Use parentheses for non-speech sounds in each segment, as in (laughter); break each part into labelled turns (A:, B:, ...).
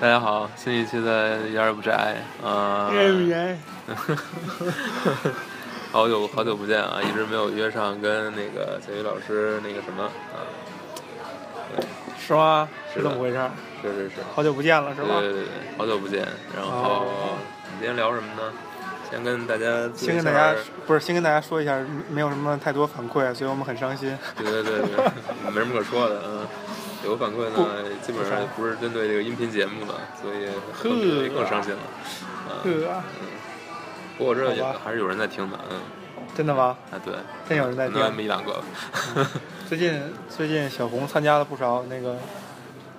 A: 大家好，新一期的一点儿也不宅，
B: 呃
A: 啊、
B: (laughs) 人，
A: 好久好久不见啊，一直没有约上跟那个小雨老师那个什么啊，
B: 是吗？
A: 是的
B: 是这么回事儿。
A: 是是是，
B: 好久不见了，是
A: 对
B: 吧
A: 对？对，对好久不见，然后
B: 哦
A: 今天聊什么呢？先跟大家做
B: 先
A: 一
B: 跟
A: 下
B: 大家不是先跟大家说一下，没没有什么太多反馈，所以我们很伤心。
A: (laughs) 对对对，对，没什么可说的，嗯。有个反馈呢，基本上不是针对这个音频节目的，所以更
B: 呵
A: 更伤心了。嗯，
B: 呃，
A: 不过我这也
B: 好吧
A: 还是有人在听的，嗯，
B: 真的吗？
A: 啊对，
B: 真有人在
A: 可能还没
B: 听。
A: 一两个吧。
B: 最近最近小红参加了不少那个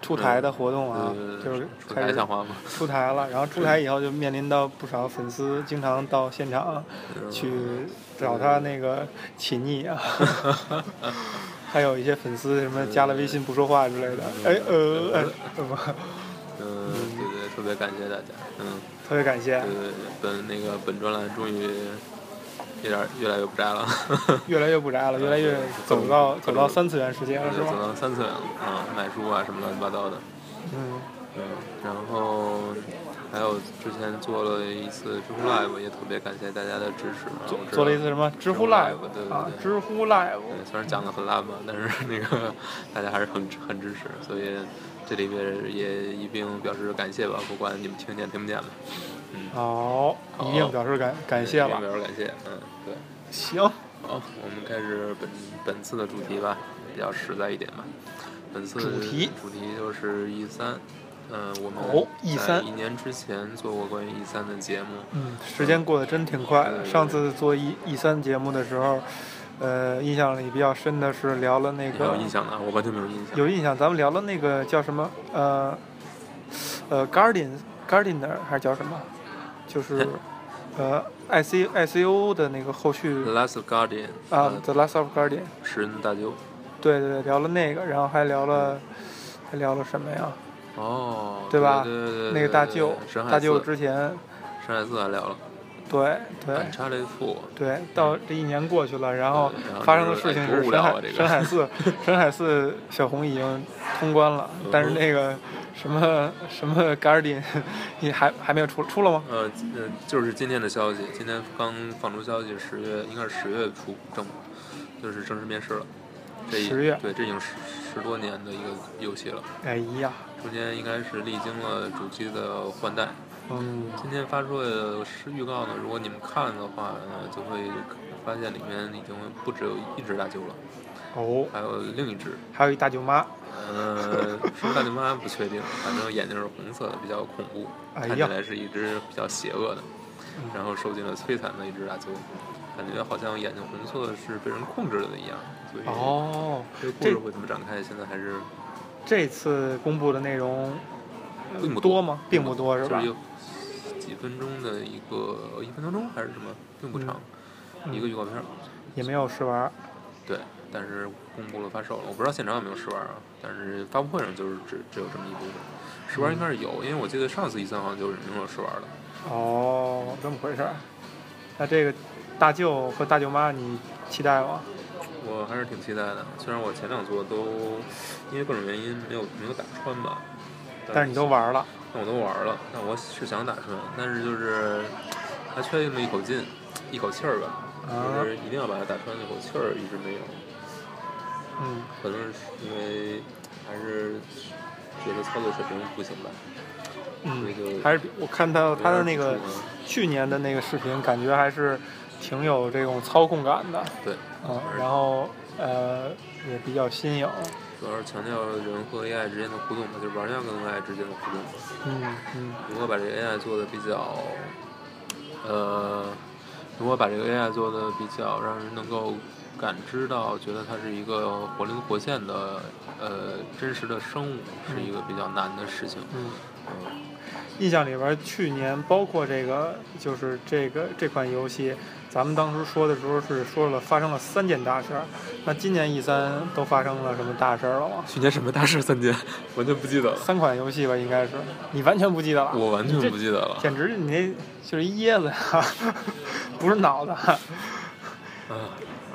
B: 出台的活动啊，
A: 呃
B: 就是
A: 出
B: 开
A: 台
B: 始
A: 像
B: (laughs)
A: 话吗？
B: 出台了，然后出台以后就面临到不少粉丝经常到现场去找他那个起
A: (laughs)
B: 腻啊，还有一些粉丝什么加了微信不说话之类的，哎呃哎，怎么
A: 嗯，对对，特别感谢大家。嗯，
B: 特别感谢啊
A: 对，对对，本那个本专栏终于有点儿越来越不摘了，
B: 越来越不
A: 嗯
B: 宅了，越来越走到走到三次元世
A: (laughs)
B: 界了是
A: 走
B: 吧？
A: 到三次元了啊，买书啊什么乱七八糟的。
B: 嗯，
A: 嗯，然后还有之前做了一次知乎 Live，也特别感谢大家的支持。做
B: 做了一次什么知
A: 知
B: 乎
A: 乎
B: Live
A: Live，对对
B: 啊
A: 对，
B: 知乎 Live，
A: 对，嗯虽然讲的很烂吧，但是 (laughs) 那个大家还是很很支持，所以这里边也一并表示感谢吧，不管你们听见听不见吧。嗯，
B: 好，一定表示感感谢
A: 一定
B: 了。
A: 表示感谢。嗯，对。
B: 行，
A: 好，我们开始本本次的主题吧，比较实在一点吧。本次
B: 主题
A: 主题就是 E 三，嗯，我
B: 哦
A: 们
B: ，E3
A: 在一年之前做过关于 E 三的节目，
B: 嗯，时间过得真挺快
A: 对对
B: 的。
A: 对
B: 上次做 E E 三节目的时候，呃，印象里比较深的是聊了那
A: 你还
B: 个
A: 有印象吗？我完全没有印象。
B: 有印象，咱们聊了那个叫什么呃呃 Guardian Gardener 还是叫什么，就是呃 I C I C O 的那个后续
A: The Last Guardian
B: 啊
A: 呃
B: The Last of Guardian，
A: 食人大舅。
B: 对对对，聊了那个，然后还聊了还聊了什么呀？
A: 哦，
B: 对吧
A: 对对对，
B: 那个大舅
A: 对对沈海
B: 大舅
A: 四
B: 之前
A: 沈海四还聊了，
B: 对对
A: 反差雷负，
B: 对，到这一年过去了，然后
A: 然后
B: 发生的
A: 就是
B: 事情
A: 哎多
B: 是
A: 无
B: 深
A: 聊啊
B: 海
A: 这个
B: 深海寺深海寺小红已经通关了，但是那个什么什么 Guardian 也还还没有出出了吗？
A: 呃呃，就是今天的消息，今天刚放出消息，十月应该是十月初正，就是正式面试了。这一
B: 10月
A: 对，这已经十十多年的一个游戏了，
B: 哎呀，
A: 中间应该是历经了主机的换代。
B: 嗯，
A: 今天发出的是预告呢，如果你们看的话，呃，就会发现里面已经不只有一只大舅了，
B: 哦，
A: 还有另一只。
B: 还有一大舅妈，
A: 呃，是不是大舅妈不确定，反正眼睛是红色的，比较恐怖，
B: 哎
A: 看起
B: 呀嗯
A: 来是一只比较邪恶的，然后受尽了摧残的一只大鸠，感觉好像眼睛红色是被人控制了的一样，所以
B: 哦，
A: 这个故事会怎么展开，现在还是
B: 这次公布的内容呃
A: 并不多
B: 多吗？并不多是
A: 就
B: 吧
A: 是？有几分钟的一个一分多钟还是什么，并不长，
B: 嗯
A: 一个预告片儿，
B: 也没有试玩，
A: 对，但是公布了发售了，我不知道现场有没有试玩啊，但是发布会上就是只只有这么一部分，试玩应该是有，因为我记得上次一三好像就是没有试玩的。
B: 哦，这么回事儿。那这个大舅和大舅妈，你期待吗？
A: 我还是挺期待的，虽然我前两座都因为各种原因没有没有打穿吧，
B: 但是你都玩了，
A: 但我都玩了，但我是想打穿，但是就是还缺那么一口劲，一口气儿吧，
B: 啊
A: 就是一定要把它打穿那口气儿一直没有，
B: 嗯，
A: 可能是因为还是觉得操作水平不行吧，所以就
B: 嗯，还是比我看到他的那
A: 有
B: 个
A: 点抵触啊
B: 去年的那个视频，感觉还是挺有这种操控感的，
A: 对，
B: 嗯，然后呃也比较新颖，
A: 主要是强调人和 AI 之间的互动吧，就是玩家跟 AI 之间的互动。
B: 嗯嗯
A: 如何把这个 AI 做的比较，呃，如何把这个 AI 做的比较让人能够感知到，觉得它是一个活灵活现的，呃，真实的生物，是一个比较难的事情。
B: 嗯。
A: 嗯，
B: 印象里边儿，去年包括这个，就是这个这款游戏，咱们当时说的时候是说了发生了三件大事儿。那今年 E 三都发生了什么大事儿了吗？
A: 去年什么大事三件，完全不记得了，
B: 三款游戏吧，应该是你完全不记得了，
A: 我完全
B: 这
A: 不记得了。
B: 简直你那就是一椰子呀， (laughs) 不是脑子。
A: 啊，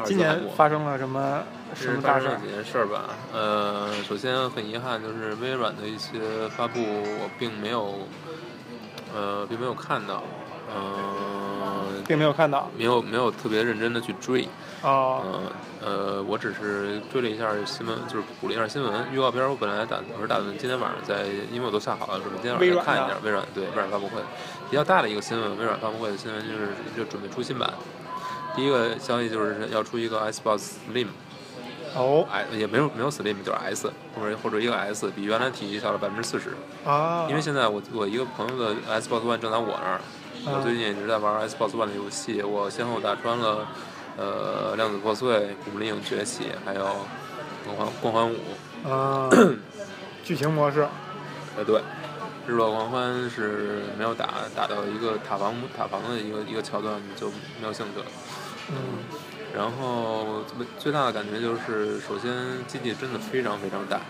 B: 今年发生了什么什么
A: 发
B: 大
A: 生
B: 事
A: 了
B: 儿
A: 几？件事儿吧。呃，首先很遗憾，就是微软的一些发布我并没有，呃，并没有看到，呃，
B: 并没有看到
A: 没有没有特别认真的去追，
B: 哦，
A: 呃呃，我只是追了一下新闻，就是补了一下新闻预告片儿。我本来打我是打算今天晚上在，因为我都下好了，准备今天晚
B: 微
A: 上再
B: 软啊
A: 看一
B: 的
A: 下微软对微软发布会比较大的一个新闻，微软发布会的新闻就是就准备出新版。第一个消息就是要出一个 Xbox Slim，
B: 哦
A: 哎，也没有没有 Slim，就是 S 或者或者一个 S，比原来体积小了百分之四十。
B: 啊，
A: 因为现在我我一个朋友的 Xbox One 正在我那儿，
B: 嗯
A: 我最近一直在玩 Xbox One 的游戏，我先后打穿了呃《量子破碎》《古墓丽影崛起》还有《光环光环五》。 (clears throat)
B: 啊，剧情模式
A: 呃，对，《日落狂欢》是没有打打到一个塔防塔防的一个一个桥段就没有兴趣了。
B: 嗯
A: 然后最最大的感觉就是，首先机器真的非常非常大，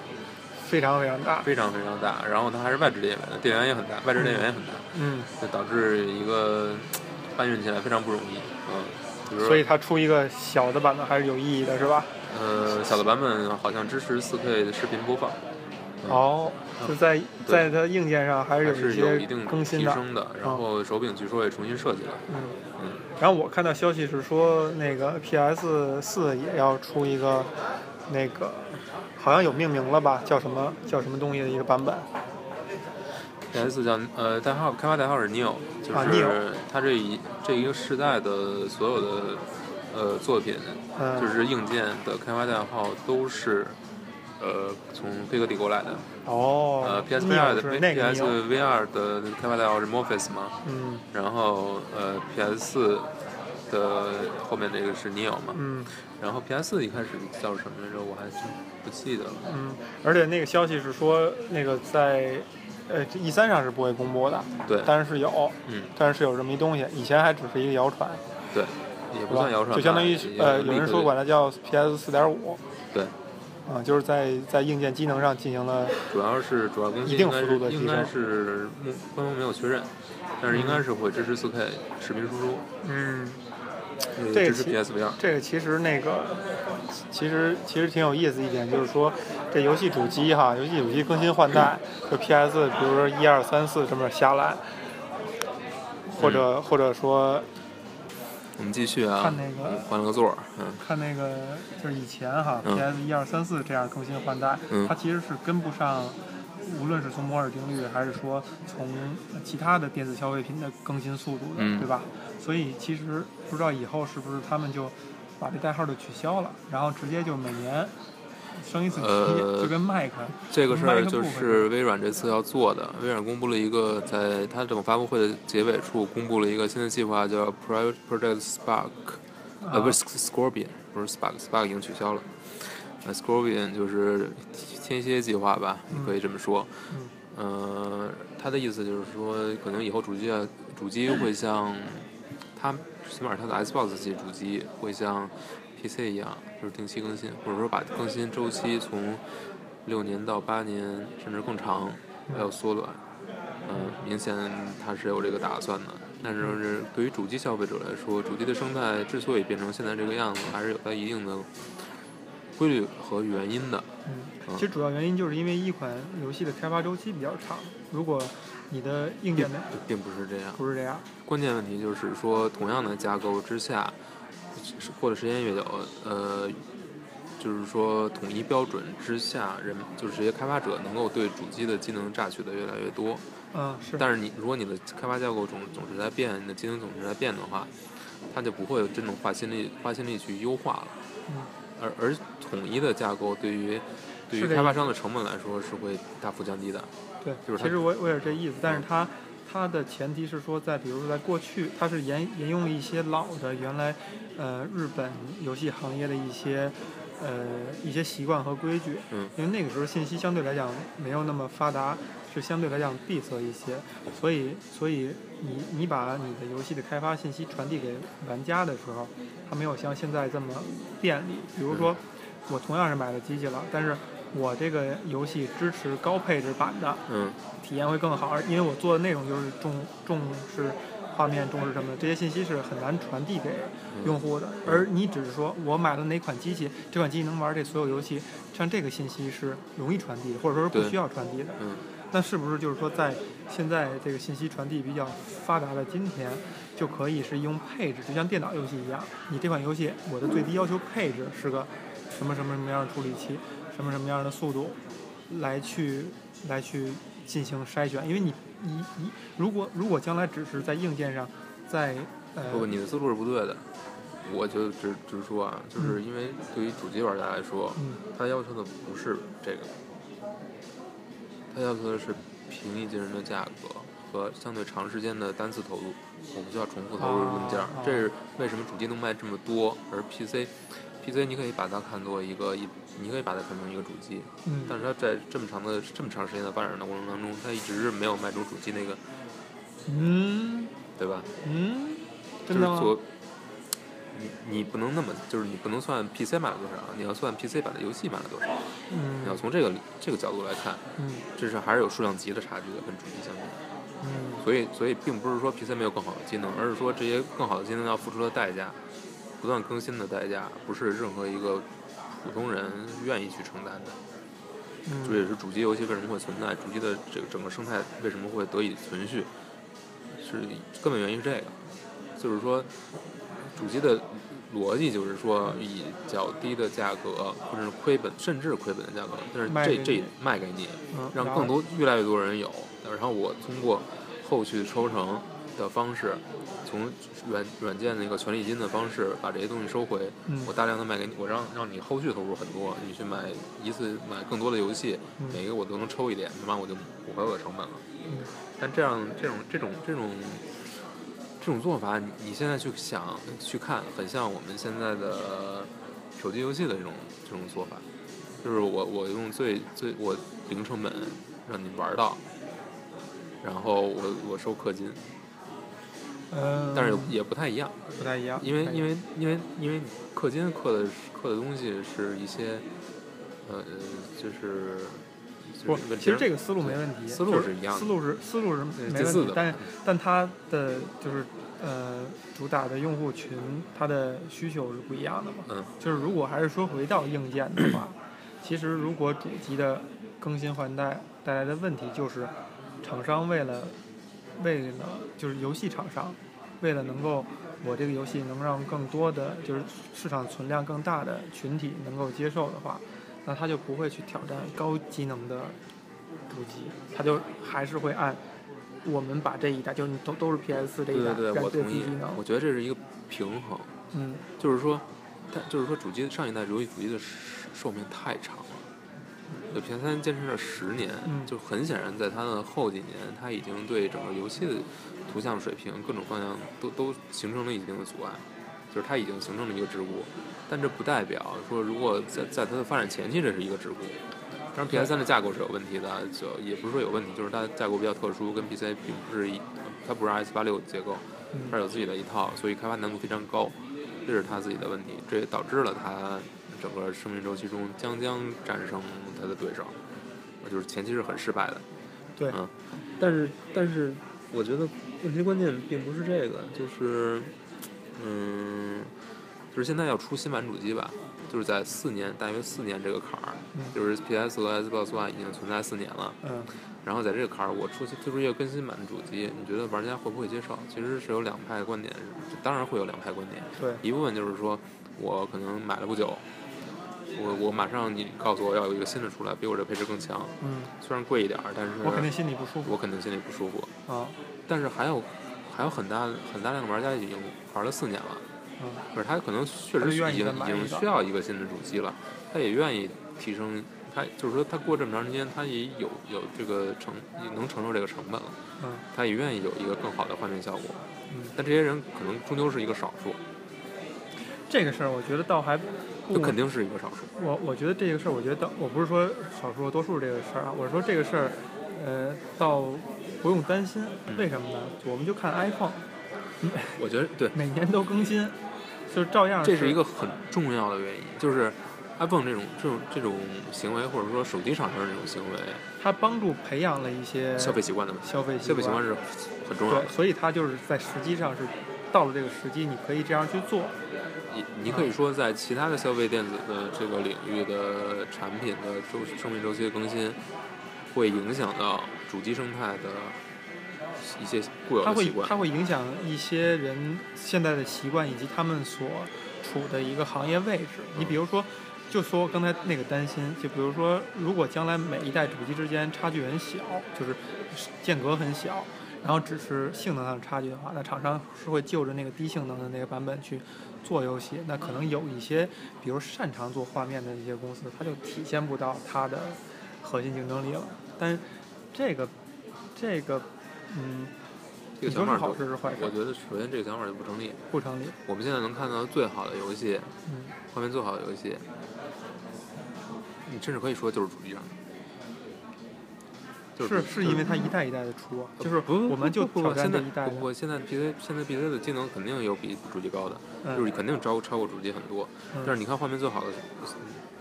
B: 非常非常大，
A: 非常非常大，然后它还是外置电源，电源也很大，外置电源也很大。
B: 嗯，
A: 就导致一个搬运起来非常不容易，嗯，比如说
B: 所以它出一个小的版本还是有意义的，是吧？
A: 呃小的版本好像支持 4K 的视频播放，嗯
B: 哦，就在在它硬件上还是
A: 还
B: 有
A: 是有
B: 些
A: 一定
B: 更新
A: 提
B: 的，
A: 升的。然后手柄据说也重新设计了，
B: 嗯。
A: 嗯，
B: 然后我看到消息是说，那个 PS 四也要出一个，那个好像有命名了吧，叫什么叫什么东西的一个版本。
A: PS 叫呃代号开发代号是 Neo，就
B: 啊
A: 是
B: ，Neo
A: 它这一这一个世代的所有的呃作品，
B: 嗯，
A: 就是硬件的开发代号都是。呃，从黑客帝国来的，呃
B: 哦
A: ，PSVR 的
B: 是那个 Neo，
A: PSVR 的开发代号是 Morpheus 吗？
B: 嗯
A: 然后呃 PS 四的后面这个是 Neo 嘛，
B: 嗯
A: 然后 PS 四一开始叫什么来着？我还真不记得了。
B: 嗯，而且那个消息是说，那个在呃 E 3上是不会公布的，
A: 对，
B: 但是有，
A: 嗯，
B: 但是有这么一东西，以前还只是一个谣传，
A: 对，也
B: 是
A: 不
B: 吧
A: 算谣传吧，
B: 就相当于
A: 也
B: 呃，
A: 也
B: 有人说管它叫 PS 4 5
A: 对，
B: 啊、就是在在硬件机能上进行了
A: 主要是主要更新
B: 一定
A: 应该
B: 幅度的
A: 是
B: 提
A: 应该
B: 升
A: 是目官方没有确认，但是应该是会支持 4K 视频输出，
B: 嗯。
A: 也
B: 这个
A: 支持
B: 其
A: PSVR。
B: 这个其实那个，其实其实挺有意思一点，就是说这游戏主机哈，游戏主机更新换代，就 PS，比如说一二三四这么下来，或者、或者说
A: 我们继续啊，
B: 看那个
A: 嗯换了个座儿，嗯，
B: 看那个就是以前哈、
A: 嗯
B: p s 一二三四这样更新换代，
A: 嗯
B: 它其实是跟不上。无论是从摩尔定律，还是说从其他的电子消费品的更新速度的，
A: 嗯
B: 对吧？所以其实不知道以后是不是他们就把这代号就取消了，然后直接就每年升一次级，
A: 呃
B: 就跟麦克，
A: 这个事
B: 卖
A: 儿
B: 个
A: 就
B: 部分
A: 是微软这次要做的。微软公布了一个，在它整个发布会的结尾处公布了一个新的计划，叫 Private Project Spark，呃，
B: 啊
A: 不是 Scorpion，不是 Spark，Spark 已经取消了。呃，Scorpion 就是天蝎计划吧，你可以这么说。
B: 嗯
A: 嗯，他的意思就是说，可能以后主机啊，主机会像它，起码它的 Xbox 系主机会像 PC 一样，就是定期更新，或者说把更新周期从六年到八年，甚至更长，还有缩短。嗯，明显它是有这个打算的。但是对于主机消费者来说，主机的生态之所以变成现在这个样子，还是有它一定的规律和原因的。呃
B: 嗯，其实主要原因就是因为一款游戏的开发周期比较长，如果你的硬件的
A: 并不是这样。
B: 不是这样，
A: 关键问题就是说，同样的架构之下，是过的时间越久，呃，就是说统一标准之下，人就是这些开发者能够对主机的机能榨取的越来越多。
B: 嗯，是，
A: 但是你如果你的开发架构总总是在变，你的机能总是在变的话，它就不会有真正花心力花心力去优化了。
B: 嗯
A: 而而统一的架构对于对于
B: 是这
A: 开发
B: 意思
A: 商的成本来说是会大幅降低的。
B: 对，
A: 就是嗯它
B: 其实我我也是这意思，但是它它的前提是说在，比如说在过去，它是沿沿用一些老的原来呃日本游戏行业的一些呃一些习惯和规矩，
A: 嗯，
B: 因为那个时候信息相对来讲没有那么发达，是相对来讲闭塞一些，
A: 嗯
B: 所以所以你你把你的游戏的开发信息传递给玩家的时候，它没有像现在这么便利，比如
A: 嗯
B: 说。我同样是买了机器了，但是我这个游戏支持高配置版的，
A: 嗯
B: 体验会更好，因为我做的内容就是重重视画面中是什么的，这些信息是很难传递给用户的。而你只是说我买了哪款机器，这款机器能玩这所有游戏，像这个信息是容易传递的，或者说是不
A: 对
B: 需要传递的。
A: 嗯
B: 那是不是就是说，在现在这个信息传递比较发达的今天，就可以是用配置，就像电脑游戏一样，你这款游戏我的最低要求配置是个什么什么什么样的处理器，什么什么样的速度，来去来去进行筛选，因为你你你如果如果将来只是在硬件上，在呃
A: 不，你的思路是不对的。我就直直说啊，就是因为对于主机玩家来说，
B: 嗯
A: 他要求的不是这个，他要求的是平易近人的价格和相对长时间的单次投入，我不需要重复投入硬件儿
B: 啊。
A: 这是为什么主机能卖这么多，而 PC。PC 你可以把它看作一个一，你可以把它看成一个主机，
B: 嗯
A: 但是它在这么长的这么长时间的发展的过程当中，它一直是没有卖出主机那个，
B: 嗯
A: 对吧？
B: 嗯，
A: 就
B: 真
A: 是
B: 的吗？
A: 左，你你不能那么，就是你不能算 PC 卖了多少，你要算 PC 版的游戏卖了多少。你要
B: 嗯
A: 从这个这个角度来看，
B: 嗯
A: 这是还是有数量级的差距的，跟主机相比。
B: 嗯
A: 所以所以并不是说 PC 没有更好的机能，而是说这些更好的机能要付出的代价，不断更新的代价，不是任何一个普通人愿意去承担的。
B: 嗯，
A: 这也是主机游戏为什么会存在，主机的这个整个生态为什么会得以存续，是根本原因是这个，就是说，主机的逻辑就是说以较低的价格或者是亏本甚至亏本的价格，但
B: 卖
A: 是
B: 给
A: 这这
B: 你
A: 卖给你，
B: 嗯
A: 让
B: 然后
A: 更多越来越多人有，然后我通过后续抽成的方式，从软软件那个权利金的方式把这些东西收回，
B: 嗯
A: 我大量的卖给你，我让让你后续投入很多，你去买一次买更多的游戏，
B: 嗯
A: 每个我都能抽一点，他妈我就补回我的成本了。
B: 嗯
A: 但这样这种这种这种这种做法，你你现在去想去看，很像我们现在的手机游戏的这种这种做法，就是我我用最最我零成本让你玩到，然后我我收氪金，
B: 嗯，
A: 但是也不太一样，
B: 不太一样，
A: 因为
B: 不太一
A: 因
B: 样
A: 为因为因为氪金氪的氪的东西是一些呃就是
B: 不，其实这
A: 个
B: 个思路没问题，
A: 思路
B: 就是
A: 一样的
B: 思路是思路是
A: 对
B: 没
A: 类
B: 问
A: 似
B: 题
A: 的，
B: 但是但它的就是呃主打的用户群，它的需求是不一样的嘛。
A: 嗯
B: 就是如果还是说回到硬件的话， (clears throat) 其实如果主机的更新换代带来的问题就是，厂商为了为了就是游戏厂商为了能够我这个游戏能让更多的就是市场存量更大的群体能够接受的话，那他就不会去挑战高机能的主机，他就还是会按我们把这一代就是你都都是 PS 这
A: 对
B: 一代，
A: 对对，
B: 然
A: 我
B: 后这
A: 同
B: 低
A: 意
B: 机能，，
A: 我觉得这是一个平衡。
B: 嗯
A: 就是说，它就是说主机上一代游戏主机的寿寿命太长了，有 PS 三坚持了十年，
B: 嗯
A: 就很显然在它的后几年，它已经对整个游戏的图像水平各种方向都都形成了一定的阻碍，就是它已经形成了一个桎梏，但这不代表说如果在在它的发展前期这是一个桎梏。当然，PS 三的架构是有问题的，就也不是说有问题，就是它的架构比较特殊，跟 PC 并不是一，它不是 S 八六结构，这
B: 嗯
A: 儿有自己的一套，所以开发难度非常高，这是他自己的问题，这也导致了他整个生命周期中将将战胜他的对手，呃就是前期是很失败的。
B: 对
A: 嗯，但是但是我觉得问题关键并不是这个，就是嗯，就是现在要出新版主机吧，就是在四年大约四年这个坎儿，
B: 嗯
A: 就是 PS 和 Xbox One 已经存在四年了。
B: 嗯
A: 然后在这个坎儿，我出去推出一个更新版的主机，你觉得玩家会不会接受？其实是有两派观点，当然会有两派观点。
B: 对。
A: 一部分就是说，我可能买了不久，我我马上你告诉我要有一个新的出来，比我这配置更强，
B: 嗯，
A: 虽然贵一点儿，但是
B: 我肯定心里不舒服
A: 我肯定心里不舒服。
B: 啊，
A: 但是还有还有很大很大量的玩家已经玩了四年了，
B: 嗯
A: 可是他可能确实
B: 他就
A: 已经
B: 愿
A: 已
B: 意再买
A: 经
B: 一个
A: 需要一个新的主机了，他也愿意提升，他就是说他过这么长时间，他也有有这个承也能承受这个成本了，
B: 嗯
A: 他也愿意有一个更好的画面效果。
B: 嗯，
A: 但这些人可能终究是一个少数，
B: 这个事儿我觉得倒还
A: 这
B: 不
A: 肯定是一个少数。
B: 我我觉得这个事儿，我觉得倒我不是说少数多数这个事儿啊，我是说这个事儿，呃，倒不用担心，
A: 嗯
B: 为什么呢？我们就看 iPhone
A: 我觉得对，
B: 每年都更新，就照样
A: 这是一个很重要的原因，就是 iPhone 这种这种这种行为，或者说手机厂商这种行为，
B: 它帮助培养了一些
A: 消费习惯的
B: 消费
A: 消费习惯是很重要的
B: 对，。所以它就是在时机上是到了这个时机，你可以这样去做。
A: 你你可以说，在其他的消费电子的这个领域的产品的周生命周期的更新，会影响到主机生态的一些固有
B: 它
A: 的习
B: 会
A: 惯
B: 它。会影响一些人现在的习惯以及他们所处的一个行业位置。你比如
A: 嗯
B: 说，就说刚才那个担心，就比如说，如果将来每一代主机之间差距很小，就是间隔很小，然后只是性能上的差距的话，那厂商是会就着那个低性能的那个版本去做游戏。那可能有一些，比如擅长做画面的一些公司，它就体现不到它的核心竞争力了。但是这个这个，嗯。
A: 这个想法
B: 你说
A: 就
B: 是好事是坏事
A: 我觉得首先这个想法就不成立。
B: 不成立。
A: 我们现在能看到最好的游戏，
B: 嗯，
A: 画面最好的游戏，你甚至可以说就是主机上的，就是主
B: 是因为它一代一代的出，啊就是
A: 呃不不
B: 我们就
A: 不不
B: 挑战
A: 现
B: 这
A: 在
B: 一代
A: 不不，
B: 的，
A: 现在 PC 现在 PC 的技能肯定有比主机高的，就是
B: 嗯，
A: 肯定超超过主机很多。但是
B: 嗯
A: 你看画面最好的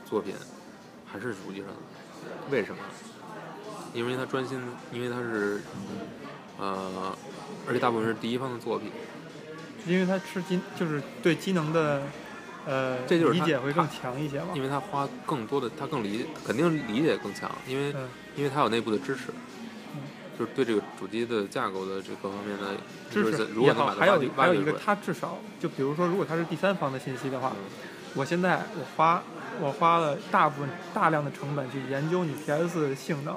A: 作品，还是主机上的，为什么？因为它专心，因为它是，呃，而且大部分是第一方的作品，
B: 因为它吃机就是对机能的呃
A: 这就是
B: 理
A: 它
B: 解会更强一些嘛。
A: 因为它花更多的，它更理肯定理解更强，因为
B: 嗯，
A: 因为它有内部的支持
B: 嗯，
A: 就是对这个主机的架构的这各方面的
B: 知
A: 就是
B: 识
A: 如
B: 也
A: 果能
B: 好，
A: 把它
B: 还有一
A: 挖
B: 还有
A: 掘
B: 一个
A: 出来，
B: 它至少就比如说，如果它是第三方的信息的话
A: 嗯，
B: 我现在我花我花了大部分大量的成本去研究你 PS 的性能。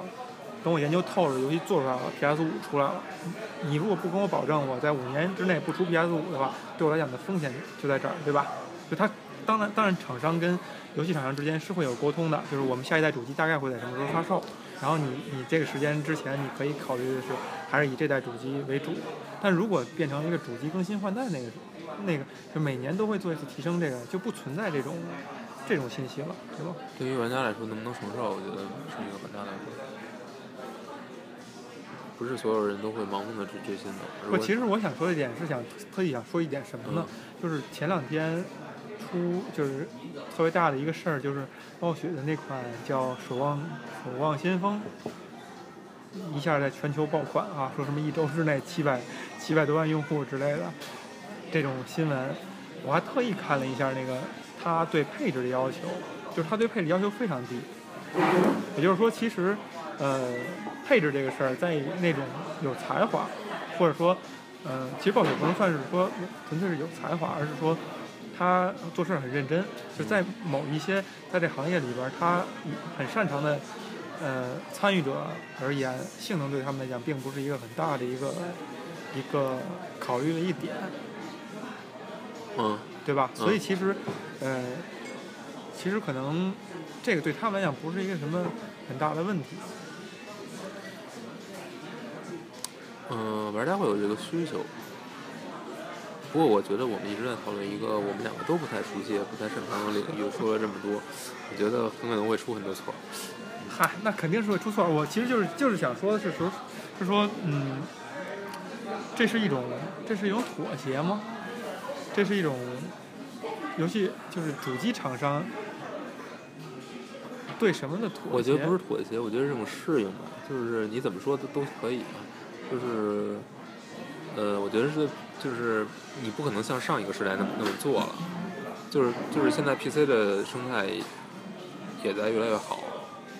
B: 等我研究透了，游戏做出来了，PS 五出来了，你你如果不跟我保证我在五年之内不出 PS 五的话，对我来讲的风险就在这儿，对吧？就它当然当然，厂商跟游戏厂商之间是会有沟通的，就是我们下一代主机大概会在什么时候发售，然后你你这个时间之前，你可以考虑的是还是以这代主机为主，但如果变成一个主机更新换代那个那个，就每年都会做一次提升，这个就不存在这种这种信息了，对吧？
A: 对于玩家来说能不能承受，我觉得是一个很大的问题。不是所有人都会盲目的去追新的。如果
B: 不，
A: 嗯
B: 其实我想说的一点是想特意想说一点什么呢？就是前两天出就是特别大的一个事儿，就是暴雪的那款叫《守望守望先锋》，一下在全球爆款啊，说什么一周之内七百七百多万用户之类的这种新闻，我还特意看了一下那个它对配置的要求，就是它对配置要求非常低，也就是说，其实呃配置这个事儿，在那种有才华。或者说，呃，其实暴雪不能算是说纯粹是有才华，而是说他做事儿很认真，就在某一些在这行业里边儿，他很擅长的呃参与者而言，性能对他们来讲并不是一个很大的一个一个考虑的一点。
A: 嗯，
B: 对吧？
A: 嗯
B: 所以其实，呃，其实可能这个对他们来讲不是一个什么很大的问题。
A: 嗯，玩家会有这个需求。不过我觉得我们一直在讨论一个我们两个都不太熟悉、也不太擅长的领域，说了这么多，我觉得很可能会出很多错。
B: 嗨，那肯定是会出错。我其实就是就是想说的是说，是说，嗯，这是一种这是一种妥协吗？这是一种游戏就是主机厂商对什么的妥协？
A: 我觉得不是妥协，我觉得是一种适应吧，就是你怎么说都都可以啊，就是，呃，我觉得是就是你不可能像上一个时代那么那么做了，就是就是现在 PC 的生态也在越来越好，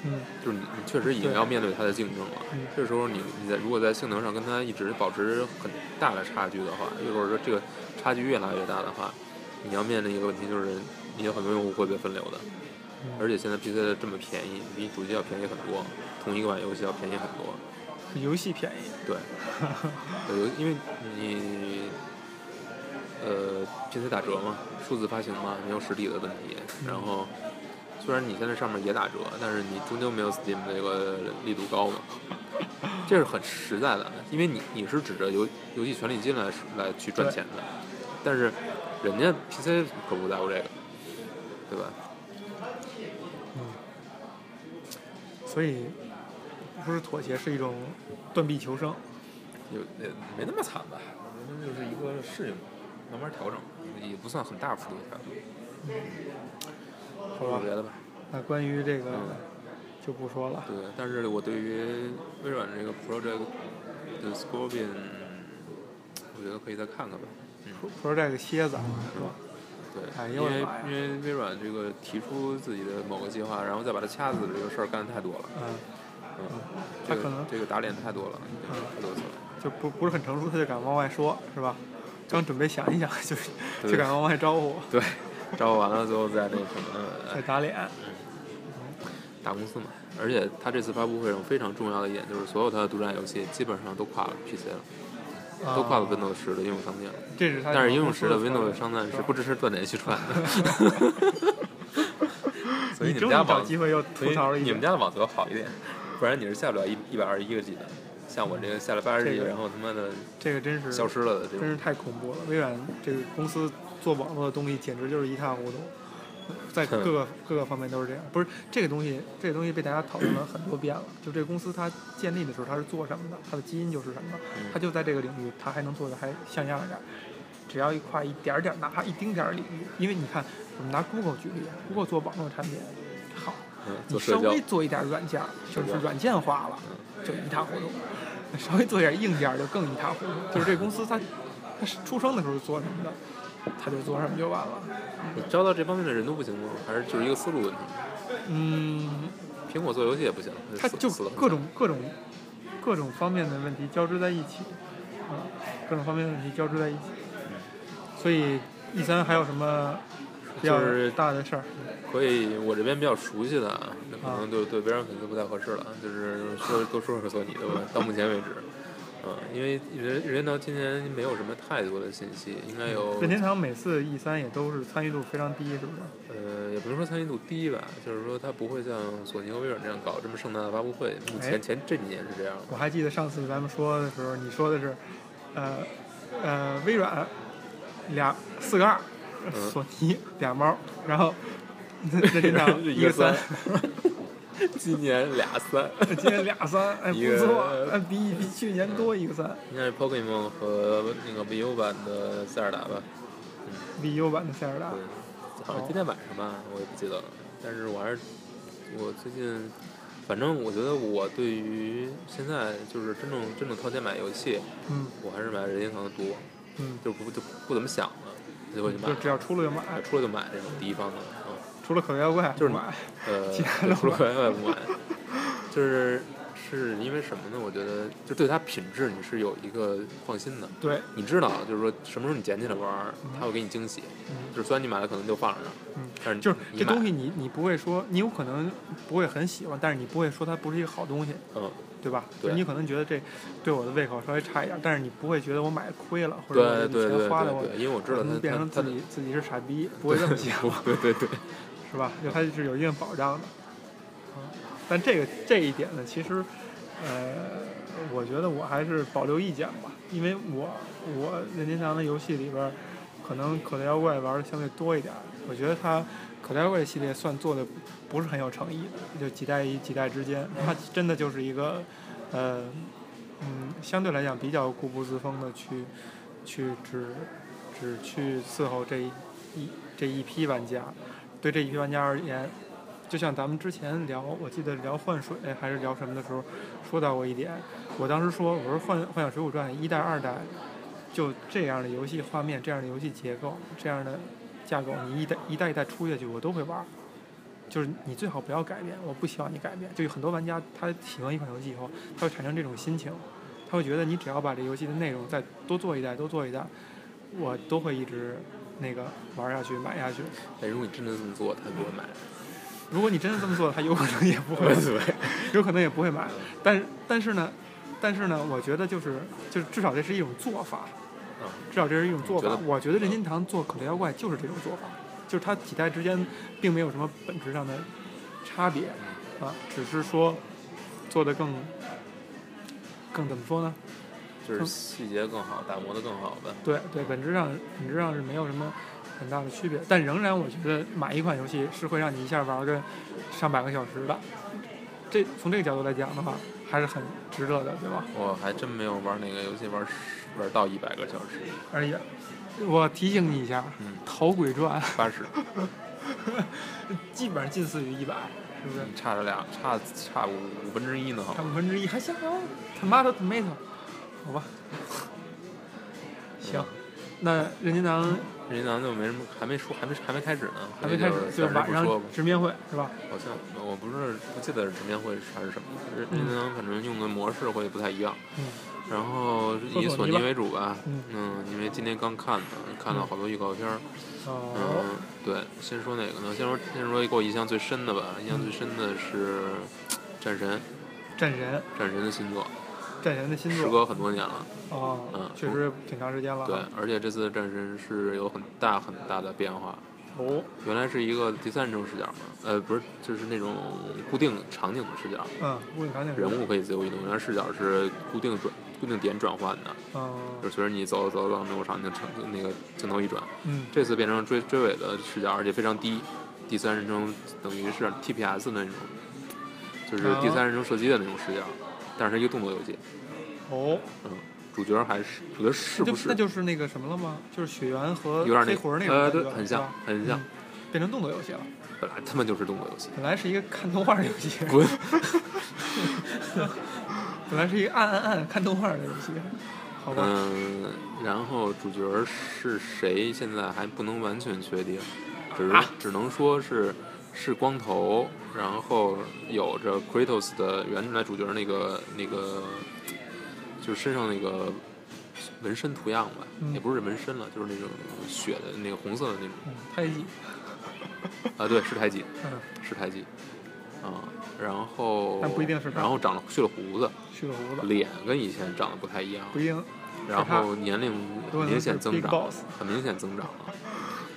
B: 嗯
A: 就是你你确实已经
B: 对
A: 要面对它的竞争了
B: 嗯。
A: 这时候你你在如果在性能上跟它一直保持很大的差距的话，又或者说这个差距越拉越大的话，你要面临一个问题就是你有很多用户会被分流的。
B: 嗯
A: 而且现在 PC 的这么便宜，比主机要便宜很多，同一款游戏要便宜很多。
B: 是游戏便宜，
A: 对，呃有因为你呃 PC 打折嘛，数字发行嘛，没有实体的问题。然后虽然你现在上面也打折，但是你终究没有 Steam 这个力度高嘛，这是很实在的，因为你你是指着游游戏权利金来来去赚钱的，但是人家 PC 可不在乎这个，对吧？
B: 所以不是妥协，是一种断臂求生。
A: 有也没那么惨吧，反正就是一个适应，慢慢调整，也不算很大幅度的调整。
B: 好吧
A: 别的吧。
B: 那关于这个
A: 嗯
B: 就不说了。
A: 对，但是我对于微软这个 Project 的 Scorpion，我觉得可以再看看吧。嗯，
B: Project 蝎子啊，是吧？哎
A: 对，因
B: 呦我的
A: 为
B: 妈呀
A: 因为微软这个提出自己的某个计划，然后再把它掐死的这个事儿干的太多了。
B: 嗯，
A: 嗯，
B: 他
A: 这个
B: 可能
A: 这个打脸太多了，
B: 嗯
A: 太多次了。
B: 就不不是很成熟，他就敢往外说，是吧？刚准备想一 (laughs) 想，就
A: 对
B: 就敢往外招呼，
A: 对，招呼完了之后再那什么，
B: 再
A: 哎
B: 打脸。
A: 大公司嘛。而且它这次发布会上非常重要的一点就是，所有它的独占游戏基本上都跨了 PC 了，都跨了
B: 啊
A: Windows 十的应用商店了。
B: 这是他
A: 但是应用
B: 公司
A: 时的
B: 策略
A: Windows 商店是不支持断点续传
B: (laughs)
A: 的。所以
B: 你
A: 你们
B: 终于
A: 家
B: 找
A: 网，
B: 机会又
A: 所
B: 吐槽了
A: 以
B: 一
A: 你们
B: 遍
A: 家的网速要好一点，不然你是下不了一一百二十一个 G 的。像我这个下了八十 G，
B: 这个
A: 然后他妈的
B: 这个真是
A: 消失了的这
B: 真是
A: 种。
B: 太恐怖了！微软这个公司做网络的东西简直就是一塌糊涂，在各个各个方面都是这样。不是这个东西，这个东西被大家讨论了很多遍了。就这个公司它建立的时候它是做什么的，它的基因就是什么，它就在这个领域，它还能做的还像样一点。只要一跨一点儿点儿，哪怕一丁点儿领域，因为你看，我们拿 Google 举例，Google 啊做网络产品好，
A: 嗯，做
B: 你稍
A: 社交
B: 微，做一点软件儿，就是
A: 社交
B: 软件化了，就一塌糊涂； (laughs) 稍微做一点硬件儿，就更一塌糊涂。就是这公司它，它是出生的时候做什么的，它就做什么就完了。
A: 你招到这方面的人都不行吗？还是就是一个思路问题？
B: 嗯，
A: 苹果做游戏也不行，
B: 它
A: 死
B: 就
A: 死得很
B: 各种各种各种方面的问题交织在一起，嗯，各种方面的问题交织在一起。所以 E 三还有什么比较
A: 就是
B: 大的事儿？
A: 可以，我这边比较熟悉的啊，那可
B: 啊
A: 能对对别人粉丝不太合适了，啊就是说多说说索尼的吧，到目前为止，嗯，因为人人家到今年没有什么太多的信息，应该有
B: 任天堂每次 E 三也都是参与度非常低，是不是？
A: 呃，也不能说参与度低吧，就是说它不会像索尼和微软这样搞这么盛大的发布会，目
B: 哎
A: 前前这几年是这样的，
B: 我还记得上次咱们说的时候，你说的是，呃，呃，微软俩四个二，
A: 嗯
B: 索尼俩猫，然后任天堂
A: (laughs) 一
B: 一
A: 个
B: 个三，
A: (laughs) 今年俩三，
B: (laughs)
A: (laughs)
B: 今天俩三，哎，不
A: 一个
B: 错，哎比比去年多一个三。
A: 应该是 Pokemon 和那个 VU 版的塞尔达吧，
B: VU 版的塞尔达
A: 对，好
B: 哦
A: 像今天晚上吧，我也不记得了。但是我还是，我最近，反正我觉得我对于现在就是真正真正掏钱买游戏，
B: 嗯
A: 我还是买任天堂的多，
B: 嗯，
A: 就不就不怎么想了，就会去买
B: 就，只要出了就买，
A: 出来就买这种第一方的，嗯，
B: 除了口袋妖怪
A: 就是
B: 不买，
A: 呃，
B: 其他的
A: 除了外不买，就是是因为什么呢？我觉得就对它品质你是有一个放心的。
B: 对，
A: 你知道，就是说什么时候你捡起来玩儿
B: 嗯，
A: 它会给你惊喜。
B: 嗯
A: 就是虽然你买了，可能就放着呢，
B: 嗯。
A: 但是你
B: 就是
A: 你
B: 这
A: 买
B: 东西你，你不会说，你有可能不会很喜欢，但是你不会说它不是一个好东西，
A: 嗯，
B: 对吧？
A: 对
B: 你可能觉得这对我的胃口稍微差一点，但是你不会觉得我买亏了，或者
A: 对
B: 我这
A: 对
B: 个
A: 对
B: 钱花的我
A: 对对，因为我知道
B: 可能
A: 他
B: 变成
A: 他
B: 自己自己是傻逼，不会这么想，
A: 他 (laughs) 对对对，
B: 是吧？就它是有一定保障的。嗯，但这个这一点呢，其实，呃，我觉得我还是保留意见吧，因为我我任天堂的游戏里边儿，可能口袋妖怪玩的相对多一点儿，我觉得它口袋妖怪系列算做的不是很有诚意的，就几代与几代之间，它真的就是一个，呃，嗯，相对来讲比较固步自封的去去只只去伺候这一一这一批玩家，对这一批玩家而言，就像咱们之前聊，我记得聊换水还是聊什么的时候，说到过一点，我当时说我说幻幻想水浒传一代二代，就这样的游戏画面，这样的游戏结构，这样的架构，你一代一代一代出下去，我都会玩儿。就是你最好不要改变，我不希望你改变。就有很多玩家他喜欢一款游戏以后，他会产生这种心情，他会觉得你只要把这游戏的内容再多做一代，多做一代，我都会一直那个玩下去，买下去。
A: 但如果你真的这么做，他不会
B: (laughs)
A: 买，，
B: 如果你真的这么做，他有可能也不会
A: (laughs) 对，
B: 有可能也不会买。但是但是呢，但是呢，我觉得就是就是至少这是一种做法，
A: 嗯
B: 至少这是一种做
A: 我
B: 法
A: 觉。得
B: 我觉得任天堂做口袋妖怪就是这种做法，就是它几代之间并没有什么本质上的差别啊，只是说做的更更怎么说呢？嗯
A: 就是细节更好，打磨的更好吧。
B: 对对，本质上本质上是没有什么很大的区别，但仍然我觉得买一款游戏是会让你一下玩个上百个小时的。这从这个角度来讲的话，还是很值得的，对吧？
A: 我还真没有玩哪个游戏玩十玩到一百个小时，
B: 而且我提醒你一下，
A: 嗯
B: 逃鬼传》
A: 八十，
B: (laughs) 基本上近似于一百，是不是？
A: 差着俩，差差五五分之一呢，好
B: 差
A: 吗
B: 五分之一还行啊，tomato tomato，好吧。行，嗯嗯那任天堂
A: 任天堂就没什么，还没说，还没还没开始呢，
B: 还没开始，
A: 所以
B: 就
A: 就暂
B: 晚
A: 时不
B: 上
A: 说吧。
B: 直面会是吧？
A: 好像我不是不记得是直面会还是什么，任任天堂可能用的模式会不太一样。
B: 嗯
A: 然后
B: 做
A: 以
B: 索
A: 索
B: 尼
A: 尼
B: 吧
A: 为主吧，
B: 嗯
A: 嗯，因为今天刚看的，看到好多预告片儿，
B: 哦，
A: 嗯，对，先说哪个呢？先说先说给我印象最深的吧，印象最深的是《战神》，
B: 战神，
A: 战神的新作，
B: 战神的新
A: 时
B: 作
A: 隔很多年了，
B: 哦
A: 嗯，
B: 确实挺长时间了。啊
A: 对，，而且这次的战神是有很大很大的变化，
B: 哦，
A: 原来是一个第三人称视角嘛，呃，不是，就是那种固定场景的视角，
B: 嗯，无影场景
A: 人物可以自由移动，原来视角是固定转固定点转换的，
B: 嗯
A: 就是随着你走着走着到那个场景，成那个镜头一转，
B: 嗯
A: 这次变成追追尾的视角，而且非常低，第三人称等于是 TPS 那种，就是
B: 哦
A: 第三人称射击的那种视角，但是是一个动作游戏，
B: 哦，
A: 嗯，主角还是主角是
B: 那
A: 不
B: 就是那就是那个什么了吗？就是血缘和
A: 有点
B: 黑
A: 那
B: 魂那种
A: 呃
B: 感觉
A: 对，很
B: 是吧
A: 像很像
B: 嗯，变成动作游戏了。
A: 本来他们就是动作游戏，
B: 本来是一个看动画的游戏，
A: 滚，
B: (laughs) 本来是一个按按按看动画的游戏，好吧？
A: 嗯，然后主角是谁现在还不能完全确定，只是、
B: 啊
A: 只能说是是光头，然后有着 Kratos 的原来主角那个那个，就是身上那个纹身图样吧，
B: 嗯
A: 也不是纹身了，就是那种血的那个红色的那种
B: 嗯，太极，
A: 啊，对，是太极，
B: 嗯，
A: 是太极，啊、然后
B: 但不一定是他
A: 然后长了去了胡子，
B: 去了胡子，
A: 脸跟以前长得不太一样，
B: 不一定。
A: 然后年龄很明显增
B: 如
A: 长
B: 果能
A: 了
B: 是 Big Boss，
A: 很明显增长了。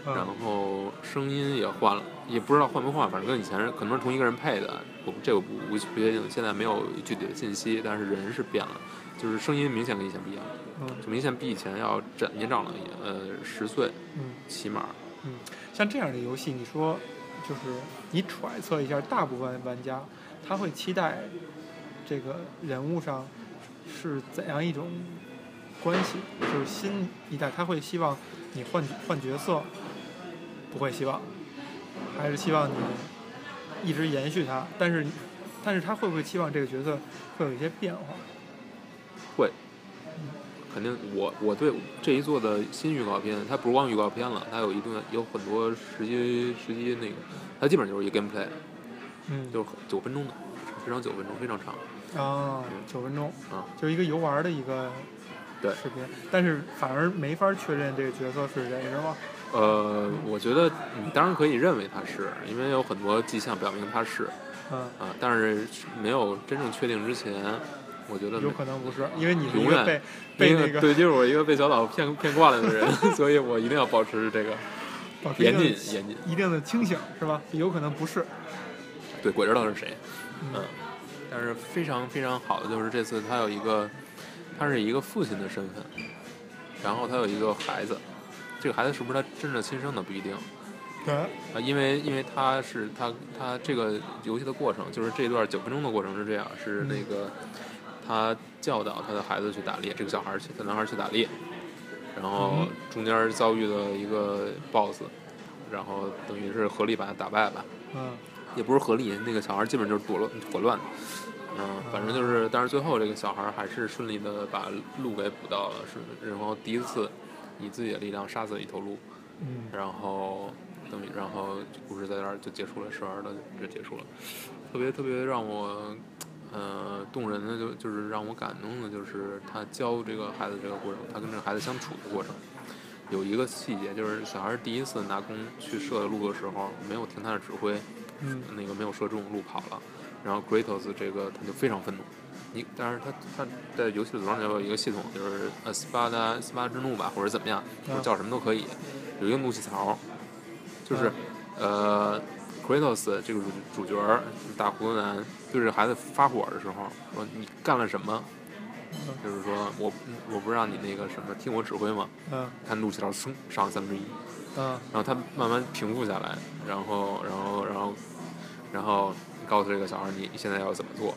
A: 然
B: 嗯，
A: 后声音也换了，也不知道换没换，反正跟以前是可能是同一个人配的，我这我不不不确定，现在没有具体的信息，但是人是变了，就是声音明显跟以前不一样，
B: 嗯
A: 就明显比以前要长年长了呃十岁
B: 嗯
A: 起码。
B: 嗯，像这样的游戏，你说就是你揣测一下，大部分玩家他会期待这个人物上是怎样一种关系？就是新一代他会希望你换换角色，不会希望，还是希望你一直延续它？但是但是他会不会期望这个角色会有一些变化？
A: 肯定我，我对这一座的新预告片，它不是光预告片了，它有一段有很多实际实际那个，它基本上就是一 gameplay，
B: 嗯，
A: 就是九分钟的，非常九分钟，非常长。
B: 啊，九分钟
A: 啊，
B: 就是一个游玩儿的一个
A: 对
B: 视频，但是反而没法确认这个角色是谁，是吗？
A: 呃，我觉得你当然可以认为他是，因为有很多迹象表明他是
B: 嗯，
A: 啊，但是没有真正确定之前，我觉得
B: 有可能不是，因为你是一
A: 嗯永
B: 个
A: 远
B: 被被
A: 因
B: 那
A: 为
B: 个
A: 对，就是我一个被小岛骗骗惯了的人，所以我一定要保持这个
B: 保持一
A: 严谨
B: 定的
A: 严谨。
B: 一定的清醒，是吧？有可能不是，
A: 对，鬼知道是谁，
B: 嗯
A: 嗯，但是非常非常好的就是这次他有一个，他是一个父亲的身份，然后他有一个孩子，这个孩子是不是他真正亲生的不一定，
B: 对，
A: 啊，因为因为它是它它这个游戏的过程，就是这段九分钟的过程是这样，是那个他教导他的孩子去打猎，这个小孩儿去，小男孩儿去打猎，然后
B: 嗯
A: 中间遭遇了一个 BOSS，然后等于是合力把他打败吧，
B: 嗯
A: 也不是合力，那个小孩儿基本就是躲乱躲乱的。嗯，反正就是，但是最后这个小孩儿还是顺利的把鹿给捕到了，是，然后第一次以自己的力量杀死了一头鹿，
B: 嗯，
A: 然后等于然后故事在这儿就结束了，十二的就结束了。特别特别让我呃动人的就就是让我感动的就是他教这个孩子这个过程，他跟这个孩子相处的过程。有一个细节就是小孩儿第一次拿弓去射鹿的时候，没有听他的指挥，
B: 嗯
A: 那个没有射中，鹿跑了。然后 Kratos 这个他就非常愤怒。你，但是他他在游戏里头上有一个系统，就是呃斯巴达斯巴达之怒吧，或者怎么样，或者叫什么都可以，有一个怒气槽，就是、呃 Kratos 这个主主角儿大胡子男对着孩子发火的时候，说你干了什么？就是说我我不是让你那个什么听我指挥吗？
B: 嗯
A: 他怒气槽升上了三分之一，
B: 嗯
A: 然后他慢慢平复下来，然后，然后，然后，然后告诉这个小孩你现在要怎么做，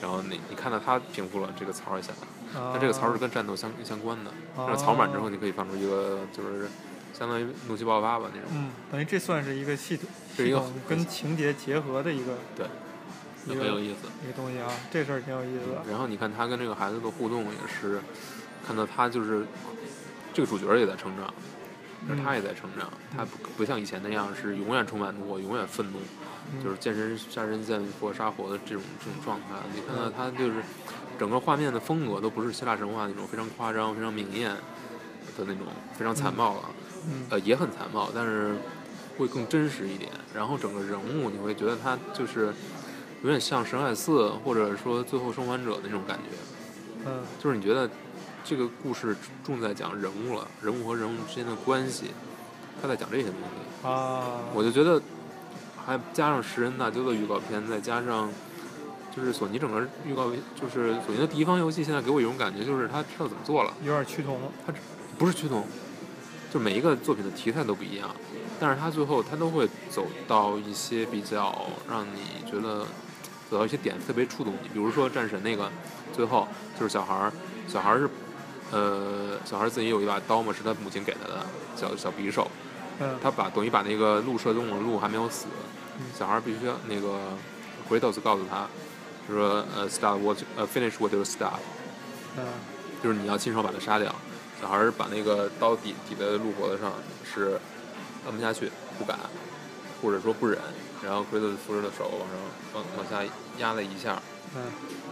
A: 然后你你看到他平复了，这个槽儿也下来了。
B: 嗯，
A: 但这个槽儿是跟战斗相相关的，
B: 哦
A: 然后槽满之后，你可以放出一个就是相当于怒气爆发吧那种。
B: 嗯，等于这算是一个系统，
A: 是一
B: 系
A: 个
B: 统跟情节结合的一个
A: 对，
B: 一
A: 很有
B: 个
A: 意思。
B: 一个东西啊，这事儿挺有意思的。
A: 然后你看他跟这个孩子的互动也是，看到他就是这个主角也在成长，而他也在成长，他不不像以前那样是永远充满怒火，永远愤怒，
B: 嗯
A: 就是见人杀人见佛杀佛的这种这种状态。你看到他就是整个画面的风格都不是希腊神话那种非常夸张、非常明艳的那种，非常残暴了。
B: 嗯
A: 呃，也很残暴，但是会更真实一点。然后整个人物你会觉得他就是有点像《神海四》或者说《最后生还者》的那种感觉，
B: 嗯
A: 就是你觉得这个故事重在讲人物了，人物和人物之间的关系，他在讲这些东西。
B: 啊，
A: 我就觉得还加上食人大丢的预告片，再加上。就是索尼整个预告，就是索尼的第一方游戏，现在给我一种感觉，就是他知道怎么做了。
B: 有点趋同了。
A: 不是趋同，就每一个作品的题材都不一样，但是它最后它都会走到一些比较让你觉得走到一些点特别触动你，比如说战神那个，最后就是小孩儿，小孩儿是。呃，小孩儿自己有一把刀嘛，是他母亲给他的小小匕首。
B: 嗯
A: 他把等于把那个鹿射中了，鹿还没有死
B: 嗯。
A: 小孩儿必须要那个 Kratos 告诉他，就说呃，start what 呃 finish what you start，
B: 嗯
A: 就是你要亲手把它杀掉。小孩儿把那个刀抵抵在鹿脖子上，是摁不下去，不敢，或者说不忍。然后奎特扶着的手往上往往下压了一下，
B: 嗯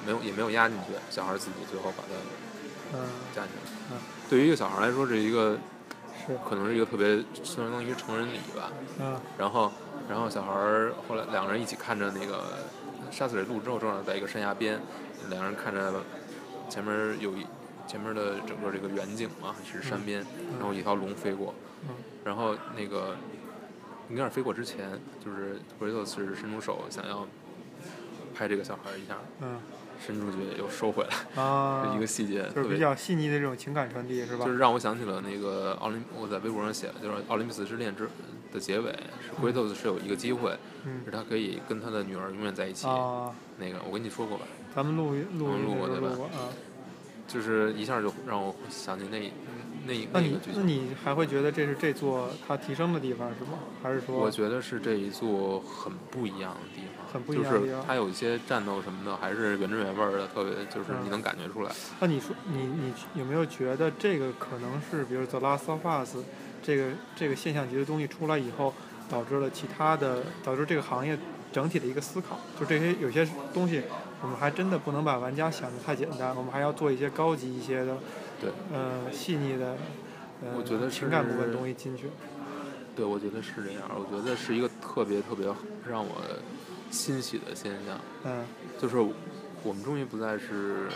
A: 没有也没有压进去，小孩儿自己最后把它
B: 嗯，
A: 夹起来
B: 嗯。
A: 对于一个小孩儿来说，这一个
B: 是
A: 可能是一个特别相当于是成人礼吧。
B: 嗯
A: 然后，然后小孩儿后来两个人一起看着那个杀死这鹿之后，正好在一个山崖边，两个人看着前面儿有一前面儿的整个这个远景嘛，是山边，然后一条龙飞过，
B: 嗯
A: 然后那个应该是飞过之前，就是奎托斯是伸出手想要拍这个小孩儿一下，
B: 嗯
A: 伸出去又收回来，
B: 啊
A: 一个，细节
B: 就
A: 特
B: 是比
A: 别。
B: 较细腻的这种情感传递是吧
A: 就？是让我想起了那个奥林，我在微博上写的，就是《奥林匹斯之恋之》呃的结尾，是奎托斯是有一个机会，
B: 嗯
A: 是他可以跟他的女儿永远在一起。
B: 啊，
A: 那个我跟你说过吧，
B: 咱们录录
A: 们录过
B: 的
A: 对
B: 时候
A: 吧
B: 录过啊。
A: 就是一下就让我想起那那
B: 那
A: 那
B: 你
A: 个剧
B: 那
A: 情。
B: 你还会觉得这是这座它提升的地方是吗？还是说
A: 我觉得是这一座很不一样的地方，
B: 很不一样的
A: 就
B: 地
A: 是
B: 方
A: 它有一些战斗什么的，还是原汁原味儿的，特别就是
B: 嗯
A: 你能感觉出来。
B: 那你说你你有没有觉得这个可能是，比如《The Last of Us》这个这个现象级的东西出来以后，导致了其他的，导致这个行业整体的一个思考，就这些有些东西，我们还真的不能把玩家想的太简单，我们还要做一些高级一些的，
A: 对，
B: 呃，细腻的，呃，
A: 我觉得是
B: 情感部分东西进去，
A: 对，我觉得是这样。我觉得是一个特别特别让我欣喜的现象，
B: 嗯，
A: 就是我们终于不再是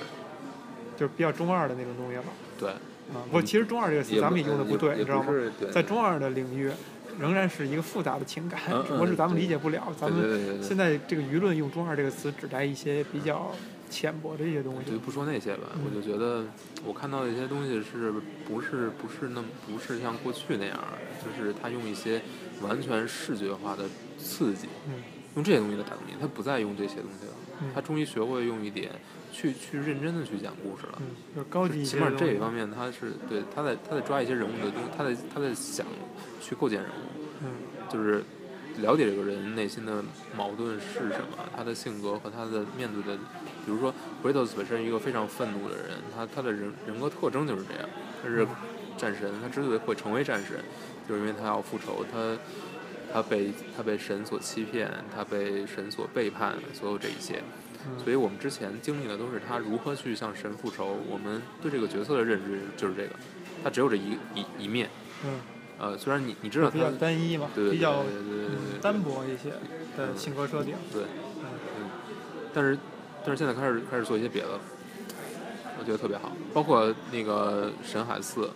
B: 就是比较中二的那种东西了。
A: 对，
B: 啊，不，其实中二这个词
A: 嗯也
B: 咱
A: 不
B: 们也用的
A: 也
B: 不对，
A: 也
B: 你知道吗
A: 不？是对
B: 在中二的领域，仍然是一个复杂的情感
A: 嗯，
B: 只不过是咱们
A: 嗯
B: 理解不了，咱们
A: 对对对对对
B: 现在这个舆论用“中二”这个词指代一些比较浅薄的一些东
A: 就
B: 西。
A: 不说那些吧，
B: 嗯
A: 我就觉得我看到的一些东西是不是不是那么不是像过去那样儿，就是他用一些完全视觉化的刺激，
B: 嗯
A: 用这些东西来打动你，他不再用这些东西了，他
B: 嗯
A: 终于学会用一点去去认真的去讲故事了。
B: 嗯，就是高级一
A: 起
B: 些
A: 码
B: 的东
A: 这一
B: 西。
A: 方面，他是对他在他在抓一些人物的东西，他在他在想去构建人物，
B: 嗯
A: 就是了解这个人内心的矛盾是什么，他的性格和他的面对的，比如说 b r i t o s 本身是一个非常愤怒的人，他他的人人格特征就是这样，他
B: 嗯
A: 是战神，他之所以会成为战神，就是因为他要复仇，他他被他被神所欺骗，他被神所背叛，所有这一切。
B: 嗯
A: 所以我们之前经历的都是他如何去向神复仇，我们对这个角色的认知就是这个，他只有这一一一面。
B: 嗯，
A: 呃，虽然你你知道
B: 比
A: 他
B: 较单一嘛，
A: 对对
B: 比较嗯
A: 对对对对对
B: 单薄一些的性格设定。
A: 对，嗯，但是但是现在开始开始做一些别的了，我觉得特别好，包括那个神海四，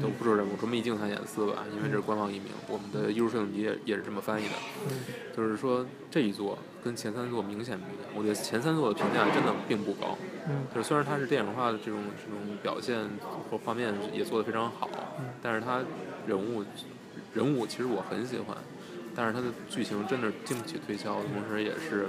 A: 都不是我说秘境探险四吧，因为这是官方译名，我们的艺术摄影集也也是这么翻译的，
B: 嗯
A: 就是说这一座跟前三座明显不一样，我对前三座的评价真的并不高，
B: 嗯
A: 就是虽然它是电影化的这种这种表现或画面也做得非常好，
B: 嗯
A: 但是它人物人物其实我很喜欢，但是它的剧情真的是经不起推敲，同时也是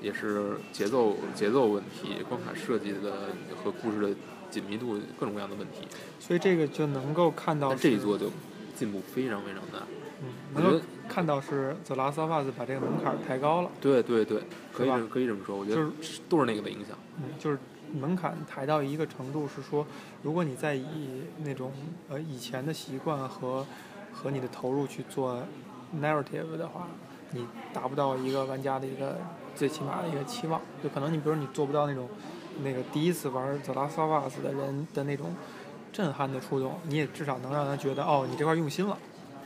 A: 也是节奏节奏问题、关卡设计的和故事的紧密度各种各样的问题。
B: 所以这个就能够看到
A: 但这一
B: 是
A: 座就进步非常非常大。
B: 嗯，
A: 我
B: 能
A: 觉得
B: 够看到是《The Last of Us》把这个门槛儿抬高了，
A: 对对对，可以
B: 吧
A: 这么可以这么说，我觉
B: 就
A: 得
B: 是
A: 都是那个的影响。
B: 嗯，就是门槛抬到一个程度，是说，如果你再以那种呃以前的习惯和和你的投入去做 narrative 的话，你达不到一个玩家的一个最起码的一个期望。就可能你比如你做不到那种那个第一次玩《The Last of Us》的人的那种震撼的触动，你也至少能让他觉得哦，你这块用心了，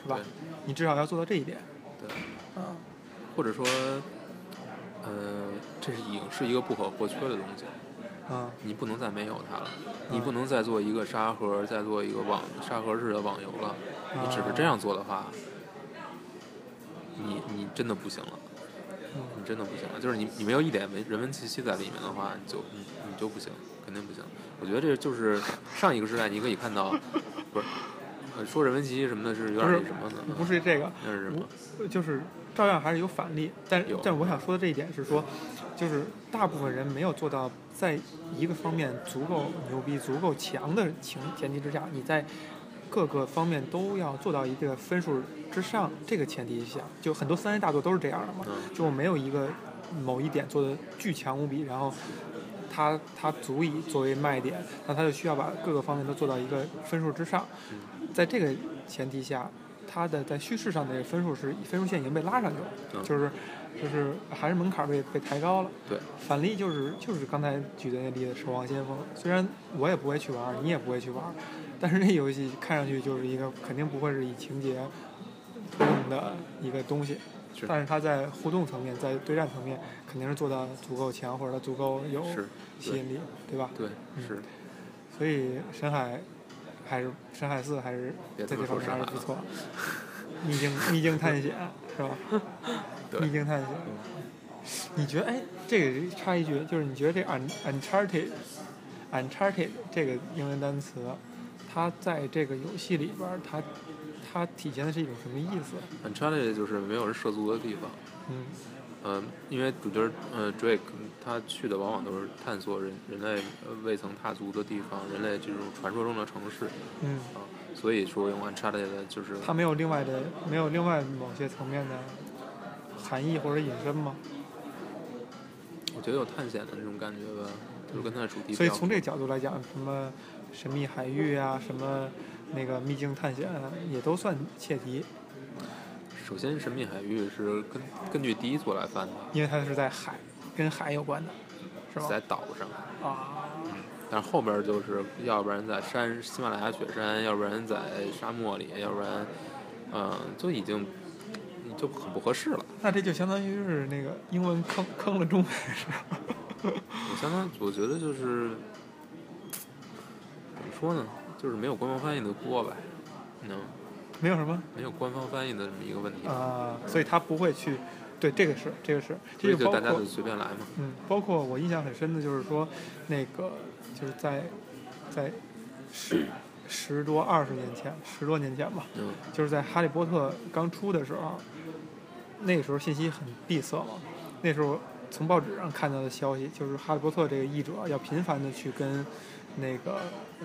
B: 是吧
A: 对？
B: 你至少要做到这一点，
A: 对，
B: 嗯。
A: 或者说，呃，这是已经是一个不可或缺的东西，
B: 嗯
A: 你不能再没有它了，
B: 嗯
A: 你不能再做一个沙盒，再做一个网沙盒式的网游了。你只是这样做的话，你你真的不行了，
B: 嗯
A: 你真的不行了。就是你你没有一点文人文气息在里面的话，你就你你就不行，肯定不行。我觉得这就是上一个时代，你可以看到，不是。呃说人文气息什么的，是有点
B: 不是
A: 那什么的，
B: 不是这个，
A: 那是什么？
B: 我就是照样还是有反例，但
A: 有
B: 但我想说的这一点是说，就是大部分人没有做到在一个方面足够牛逼、足够强的情前提之下，你在各个方面都要做到一个分数之上，这个前提下，就很多三 A 大作都是这样的嘛，
A: 嗯
B: 就我没有一个某一点做的巨强无比，然后它它足以作为卖点，那它就需要把各个方面都做到一个分数之上。
A: 嗯
B: 在这个前提下，它的在叙事上的分数是分数线已经被拉上去了，
A: 嗯
B: 就是就是还是门槛被被抬高了。
A: 对，
B: 反例就是就是刚才举的那例子《守望先锋》，虽然我也不会去玩，你也不会去玩，但是那游戏看上去就是一个肯定不会是以情节用的一个东西，
A: 是
B: 但是它在互动层面、在对战层面肯定是做到足够强，或者它足够有
A: 是，
B: 吸引力，对吧？
A: 对
B: 嗯
A: 是，
B: 所以深海还是深海四还是
A: 别
B: 在
A: 这
B: 这
A: 么说
B: 方面
A: 深海
B: 还是
A: 了
B: 不错，逆境逆境探险是吧？
A: (laughs) 对嗯
B: 逆境探险。你觉得哎，这个插一句，就是你觉得这 un uncharted uncharted 这个英文单词，它在这个游戏里边儿，它它体现的是一种什么意思？
A: Uncharted 就是没有人涉足的地方。
B: 嗯
A: 嗯，因为主角儿呃 Drake 他去的往往都是探索人人类呃未曾踏足的地方，人类这种传说中的城市
B: 嗯，
A: 啊，所以说用 Uncharted 就是
B: 它没有另外的没有另外某些层面的含义或者引申吗？
A: 我觉得有探险的那种感觉吧，就是跟它的主题比较。
B: 所以从这个角度来讲，什么神秘海域啊，什么那个秘境探险、啊，也都算切题，
A: 首先，《神秘海域》是根根据第一作来翻的，
B: 因为它是在海跟海有关的，是吧
A: 在？岛上，
B: 啊，
A: 但是后边儿就是要不然在山喜马拉雅雪山，要不然在沙漠里，要不然嗯、呃就已经就很不合适了。
B: 那这就相当于是那个英文坑坑了中文是吧？ (laughs)
A: 我相当，我觉得就是怎么说呢，就是没有官方翻译的锅呗，嗯，
B: 没有什么
A: 没有官方翻译的这么一个问题，
B: 啊、所以他不会去，对，这个是这个是，
A: 所
B: 这
A: 以
B: 就
A: 就
B: 包
A: 大家
B: 括
A: 就随便来嘛。
B: 嗯，包括我印象很深的就是说，那个就是在在十十多二十年前，十多年前吧，
A: 嗯，
B: 就是在《哈利波特》刚出的时候，那个时候信息很闭塞嘛。那时候从报纸上看到的消息，就是《哈利波特》这个译者要频繁的去跟那个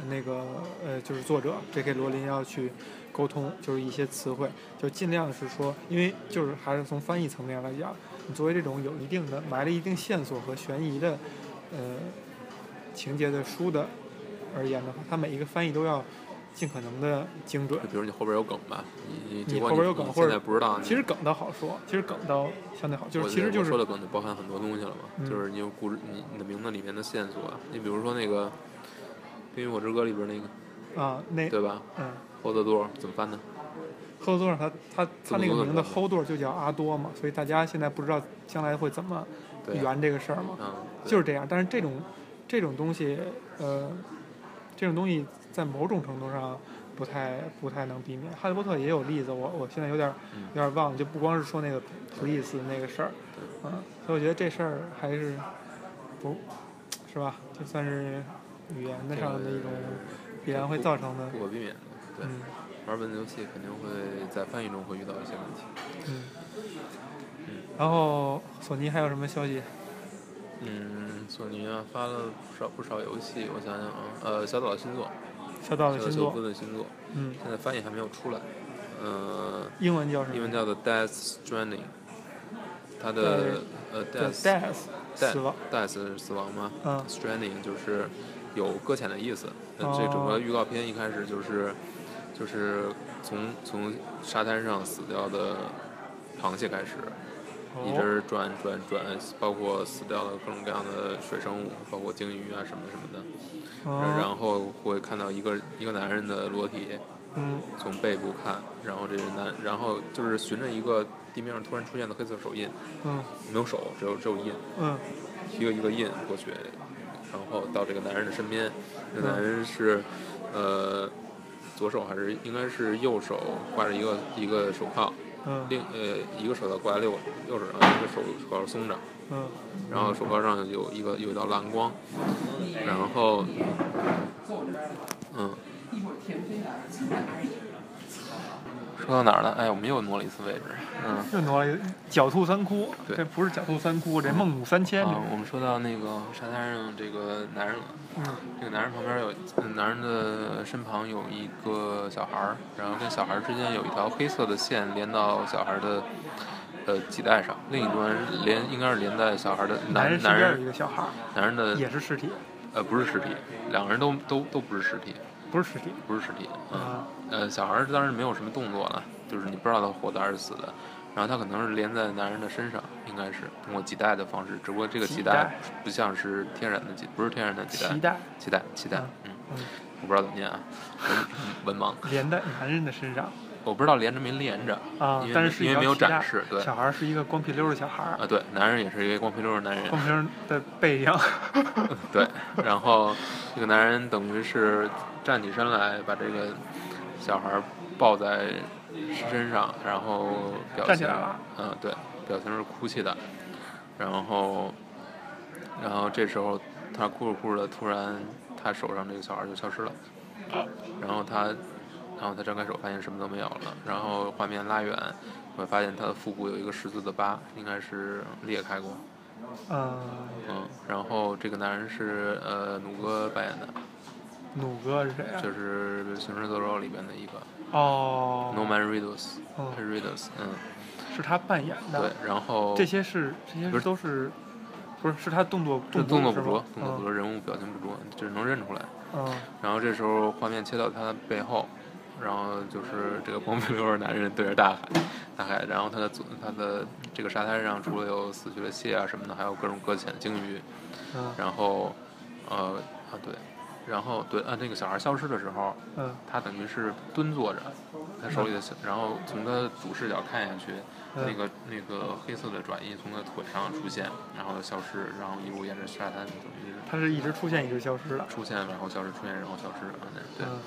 B: 那个呃，就是作者 J.K. 罗琳要去沟通，就是一些词汇，就尽量是说，因为就是还是从翻译层面来讲，你作为这种有一定的埋了一定线索和悬疑的呃情节的书的而言的话，它每一个翻译都要尽可能的精准
A: 就。比如你后边有梗吧，你你
B: 你
A: 结果
B: 后边有梗
A: 你
B: 或
A: 现
B: 者
A: 在不知道，你
B: 其实梗倒好说，其实梗倒相对好，就
A: 嗯我
B: 是其实就
A: 我
B: 是
A: 说的梗就包含很多东西了嘛，
B: 嗯
A: 就是你有故事，你你的名字里面的线索啊，你比如说那个《冰与火之歌》里边那个，
B: 啊，那
A: 对吧？
B: 嗯，
A: 后德多怎么翻的？
B: 后座上他他他
A: 这么
B: 那个
A: 多
B: 名字
A: 的梗
B: 后座就叫阿多嘛，所以大家现在不知道将来会怎么
A: 对啊，
B: 圆这个事儿嘛，
A: 嗯，对
B: 就是这样。但是这种这种东西，呃，这种东西在某种程度上不太不太能避免。哈利波特也有例子，我我现在有点
A: 嗯
B: 有点忘了，就不光是说那个 police 那个事儿，嗯，所以我觉得这事儿还是不是吧，就算是语言的上的一种必然会造成的
A: 不，可避免的。对，
B: 嗯
A: 玩文字游戏肯定会在翻译中会遇到一些问题。嗯
B: 嗯。然后索尼还有什么消息？
A: 嗯，索尼啊发了不少不少游戏，我想想啊，呃，小岛的新作，
B: 小岛的
A: 小
B: 新
A: 修
B: 作
A: 夫，的新作，
B: 嗯，
A: 现在翻译还没有出来，呃，
B: 英文叫什
A: 英文
B: 么
A: 叫做 Death Stranding，它的呃
B: 叫
A: Death
B: ？Death，
A: Death
B: 死亡。
A: Death 是死亡吗？
B: 嗯
A: Stranding 就是有搁浅的意思。那这整个
B: 哦
A: 预告片一开始就是就是从从沙滩上死掉的螃蟹开始，一
B: 哦，
A: 直转转转，包括死掉了各种各样的水生物，包括鲸鱼啊什么什么的。
B: 哦
A: 然后会看到一个一个男人的裸体
B: 嗯，
A: 从背部看，然后这个男，然后就是循着一个地面上突然出现的黑色手印，
B: 嗯，
A: 没有手，只有只有印。
B: 嗯，
A: 一个一个印过去，然后到这个男人的身边。
B: 嗯
A: 这个男人是，呃，左手还是应该是右手挂着一个一个手铐，
B: 嗯，
A: 另呃一个手铐挂在右右手上，一个手手铐松着，
B: 嗯，
A: 然后手铐上有一个有一道蓝光，然后，嗯，说到哪儿了？哎呀，我们又挪了一次位置，嗯。
B: 又挪了一个狡兔三窟，
A: 对
B: 这不是狡兔三窟，这孟母三迁。
A: 啊
B: 这，
A: 我们说到那个沙滩上这个男人了，
B: 嗯，
A: 这个男人旁边有，嗯男人的身旁有一个小孩儿，然后跟小孩儿之间有一条黑色的线连到小孩儿的，呃，系带上，另一端连应该是连在小孩儿的
B: 男人
A: 男男
B: 身边有一
A: 人
B: 个小孩儿，
A: 男人的
B: 也是尸体，
A: 呃不是尸体，两个人都都都不是尸体，
B: 不是尸体
A: 不是尸体，嗯，
B: 啊。
A: 呃，小孩儿当时没有什么动作了，就是你不知道他活的还是死的。然后他可能是连在男人的身上，应该是通过系带的方式，只不过这个系
B: 脐
A: 带
B: 带
A: 不像是天然的系，不是天然的系带
B: 脐，带
A: 脐带，脐带，嗯，
B: 嗯
A: 我不知道怎么念啊，文文 (laughs) 盲，
B: 连在男人的身上
A: 我不知道连着没连着
B: 啊
A: 因为，
B: 但是是一
A: 因为
B: 条
A: 没有
B: 脐带
A: 展示，对，
B: 小孩儿是一个光屁溜儿的小孩儿，
A: 啊对，男人也是一个光屁溜儿的男人，
B: 光屁溜儿的背影。
A: (laughs) 对，然后这个男人等于是站起身来，把这个小孩儿抱在身上，然后表
B: 站起
A: 情
B: 来了，
A: 嗯，对，表情是哭泣的，然后，然后这时候他哭着哭着，突然他手上这个小孩儿就消失了，然后他，然后他张开手，发现什么都没有了，然后画面拉远，会发现他的腹部有一个十字的疤，应该是裂开过，
B: 嗯，
A: 嗯，然后这个男人是呃努哥扮演的，
B: 弩哥是谁呀？
A: 就是《行尸走肉》里边的一个
B: 哦，
A: Norman Reedus，
B: 嗯
A: 是 Reedus，嗯，
B: 是他扮演的。
A: 对，然后
B: 这些是这些
A: 不
B: 是
A: 是
B: 都是，不是是他动作
A: 这动作捕捉
B: 是，
A: 动作捕
B: 吗？
A: 捉，人物表情捕捉，只能认出来。
B: 嗯
A: 然后这时候画面切到他的背后，然后就是这个光屁溜儿的男人对着大海，大海，然后他的左他的这个沙滩上除了有死去的蟹啊什么的，还有各种搁浅的鲸鱼，
B: 嗯
A: 然后呃啊对，然后对啊那个小孩消失的时候。
B: 嗯
A: 他等于是蹲坐着，他手里的小，然后从他主视角看下去，
B: 嗯
A: 那个那个黑色的转印从他腿上出现，然后消失，然后一路沿着沙滩等于是
B: 他是一直出现一直消失的。
A: 出现，然后消失，出现，然后消失，嗯对。
B: 嗯